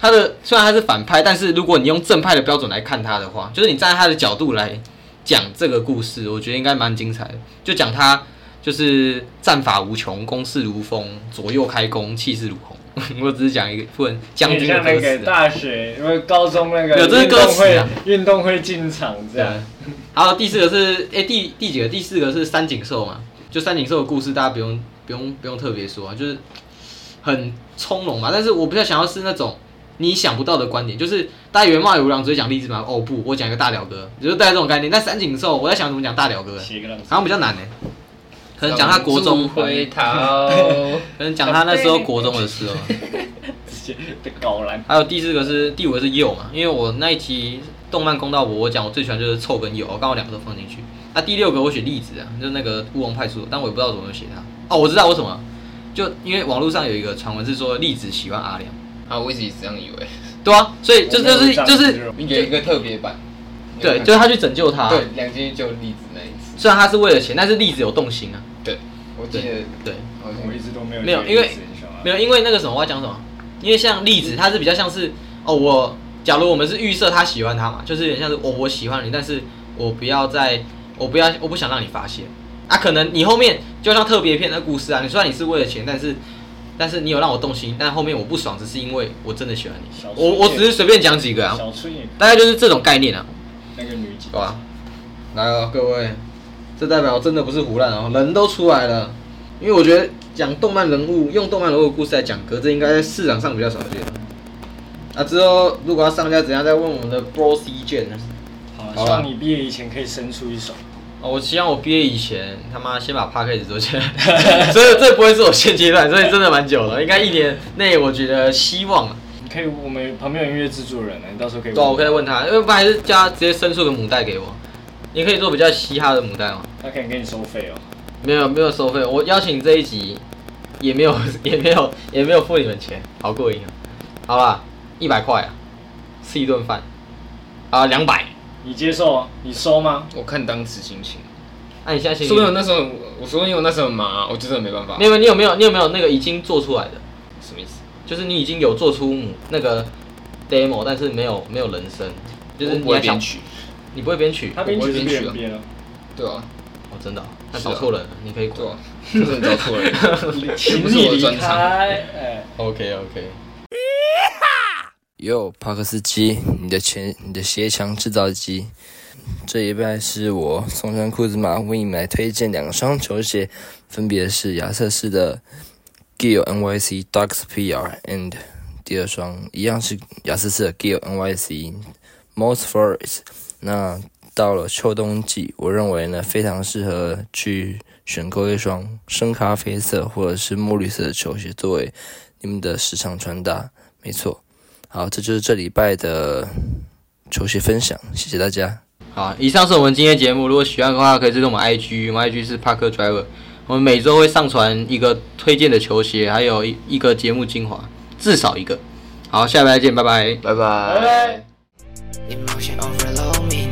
Speaker 3: 他的虽然他是反派，但是如果你用正派的标准来看他的话，就是你站在他的角度来讲这个故事，我觉得应该蛮精彩的。就讲他就是战法无穷，攻势如风，左右开弓，气势如虹。 我只是讲一个不能将
Speaker 2: 有点
Speaker 3: 军的
Speaker 2: 像
Speaker 3: 歌
Speaker 2: 那
Speaker 3: 词
Speaker 2: 个
Speaker 3: 啊、
Speaker 2: 大学，因为高中那个
Speaker 3: 没有这是
Speaker 2: 运
Speaker 3: 歌
Speaker 2: 动
Speaker 3: 词
Speaker 2: 会
Speaker 3: 啊
Speaker 2: 运动会进场这
Speaker 3: 对
Speaker 2: 样。，
Speaker 3: 然后第四个是哎、第第几个？第四个是三井寿嘛，就三井寿的故事大家不用不用不用特别说啊，就是很从容嘛。但是我比较想要是那种你想不到的观点，就是大家以为茂野无郎只会讲励志嘛，哦不，我讲一个大屌哥，就是带这种概念。但三井寿我在想怎么讲大屌哥，啊
Speaker 2: 写一个浪子
Speaker 3: 好像比较难呢、欸可能讲他国中，
Speaker 4: 回
Speaker 3: 可
Speaker 4: 头，
Speaker 3: 能讲他那时候国中的事哦。
Speaker 2: 直接被搞烂。
Speaker 3: 还有第四个是第五个是右嘛，因为我那一集动漫公道博，我讲我最喜欢就是臭跟友，我刚好两个都放进去。那、第六个我选栗子啊，就是那个乌龙派出所，但我也不知道怎么写它。哦，我知道为什么，就因为网络上有一个传闻是说栗子喜欢阿良，
Speaker 4: 啊，我一直这样以为，
Speaker 3: 对啊，所以就
Speaker 2: 我没有
Speaker 3: 就是
Speaker 2: 这样
Speaker 3: 就是
Speaker 2: 子认为
Speaker 4: 有一个特别版，
Speaker 3: 对，就是他去拯救他，
Speaker 4: 对，两千就例子那一次，
Speaker 3: 虽然他是为了钱，但是栗子有动心啊，
Speaker 4: 对，我记得
Speaker 3: 对，
Speaker 4: 好像
Speaker 2: 我一直都没有
Speaker 3: 没有
Speaker 2: 觉得
Speaker 3: 因为
Speaker 2: 自己喜欢
Speaker 3: 没有，因为那个什么，我要讲什么？因为像栗子，它是比较像是哦，我假如我们是预设他喜欢他嘛，就是有点像是哦，我喜欢你，但是我不要再，我不要，我不想让你发现啊。可能你后面就像特别篇那故事啊，你虽然你是为了钱，但是但是你有让我动心，但后面我不爽，只是因为我真的喜欢你
Speaker 2: 小。
Speaker 3: 我我只是随便讲几个啊，
Speaker 2: 小春也
Speaker 3: 大概就是这种概念啊。
Speaker 2: 那个女警
Speaker 3: 好吧，来哦，各位，这代表真的不是胡乱哦，人都出来了。因为我觉得讲动漫人物，用动漫人物的故事来讲歌，这应该在市场上比较少见。啊，之后如果要上架，怎样再问我们的 Bro C 卷呢？
Speaker 2: 好啊了，
Speaker 3: 好吧
Speaker 2: 希望你毕业以前可以生出一首。
Speaker 3: 哦，我希望我毕业以前他妈先把 p a c k a g e 做起 来，所以这不会是我现阶段，所以真的蛮久了，应该一年内我觉得希望啊，
Speaker 2: 你可以，我们旁边有音乐制作人欸呢，你到时候可以。
Speaker 3: 对啊，我可以问他，要不然还是叫他直接伸出个母带给我，你可以做比较嘻哈的母带吗？
Speaker 2: 他可以给你收费哦。
Speaker 3: 没有没有收费，我邀请这一集也没有 也没有也没有付你们钱，好过瘾啊！好啦，一百块啊，吃一顿饭啊，两百。
Speaker 2: 你接受啊？你收吗？
Speaker 4: 我看当时心情，
Speaker 3: 那、你现在心
Speaker 4: 说
Speaker 3: 里
Speaker 4: 不定我那时候，我说不定我那时候很忙啊，我就真的没办法
Speaker 3: 没，有你有没有你有没有那个已经做出来的，
Speaker 4: 什么意思？
Speaker 3: 就是你已经有做出母那个 demo，但是没有没有人声，就是
Speaker 4: 我
Speaker 3: 你
Speaker 4: 不会
Speaker 3: 还想
Speaker 4: 编曲，
Speaker 3: 你不会编曲
Speaker 2: 他编曲是
Speaker 4: 我不会
Speaker 2: 别
Speaker 4: 编曲
Speaker 2: 人
Speaker 4: 啊
Speaker 2: 编啊，
Speaker 4: 对啊，
Speaker 3: 哦，真的哦、那
Speaker 4: 是啊
Speaker 3: 找错人了，你可以滚
Speaker 4: 对啊，真的找错人，
Speaker 2: 请
Speaker 4: 不是
Speaker 2: 啊你
Speaker 4: 我的
Speaker 2: 离
Speaker 4: 专
Speaker 2: 开。
Speaker 4: 长
Speaker 2: 哎，
Speaker 3: OK OK，
Speaker 5: 哟，帕克斯基，你的前你的鞋墙制造机。这一拜是我松山裤子马为你们来推荐两双球鞋，分别是亚瑟士的 Gill NYC Ducks PR and 第二双一样是亚瑟士的 Gill NYC Most Forest。那到了秋冬季，我认为呢非常适合去选购一双深咖啡色或者是墨绿色的球鞋作为你们的时尚穿搭。没错，好，这就是这礼拜的球鞋分享，谢谢大家。
Speaker 3: 好，以上是我们今天的节目。如果喜欢的话，可以追踪我们 IG，我们 IG 是 Parker Driver。我们每周会上传一个推荐的球鞋，还有一一个节目精华，至少一个。好，下礼拜再见，拜拜。
Speaker 4: 拜
Speaker 2: 拜拜。
Speaker 5: Emotion overload me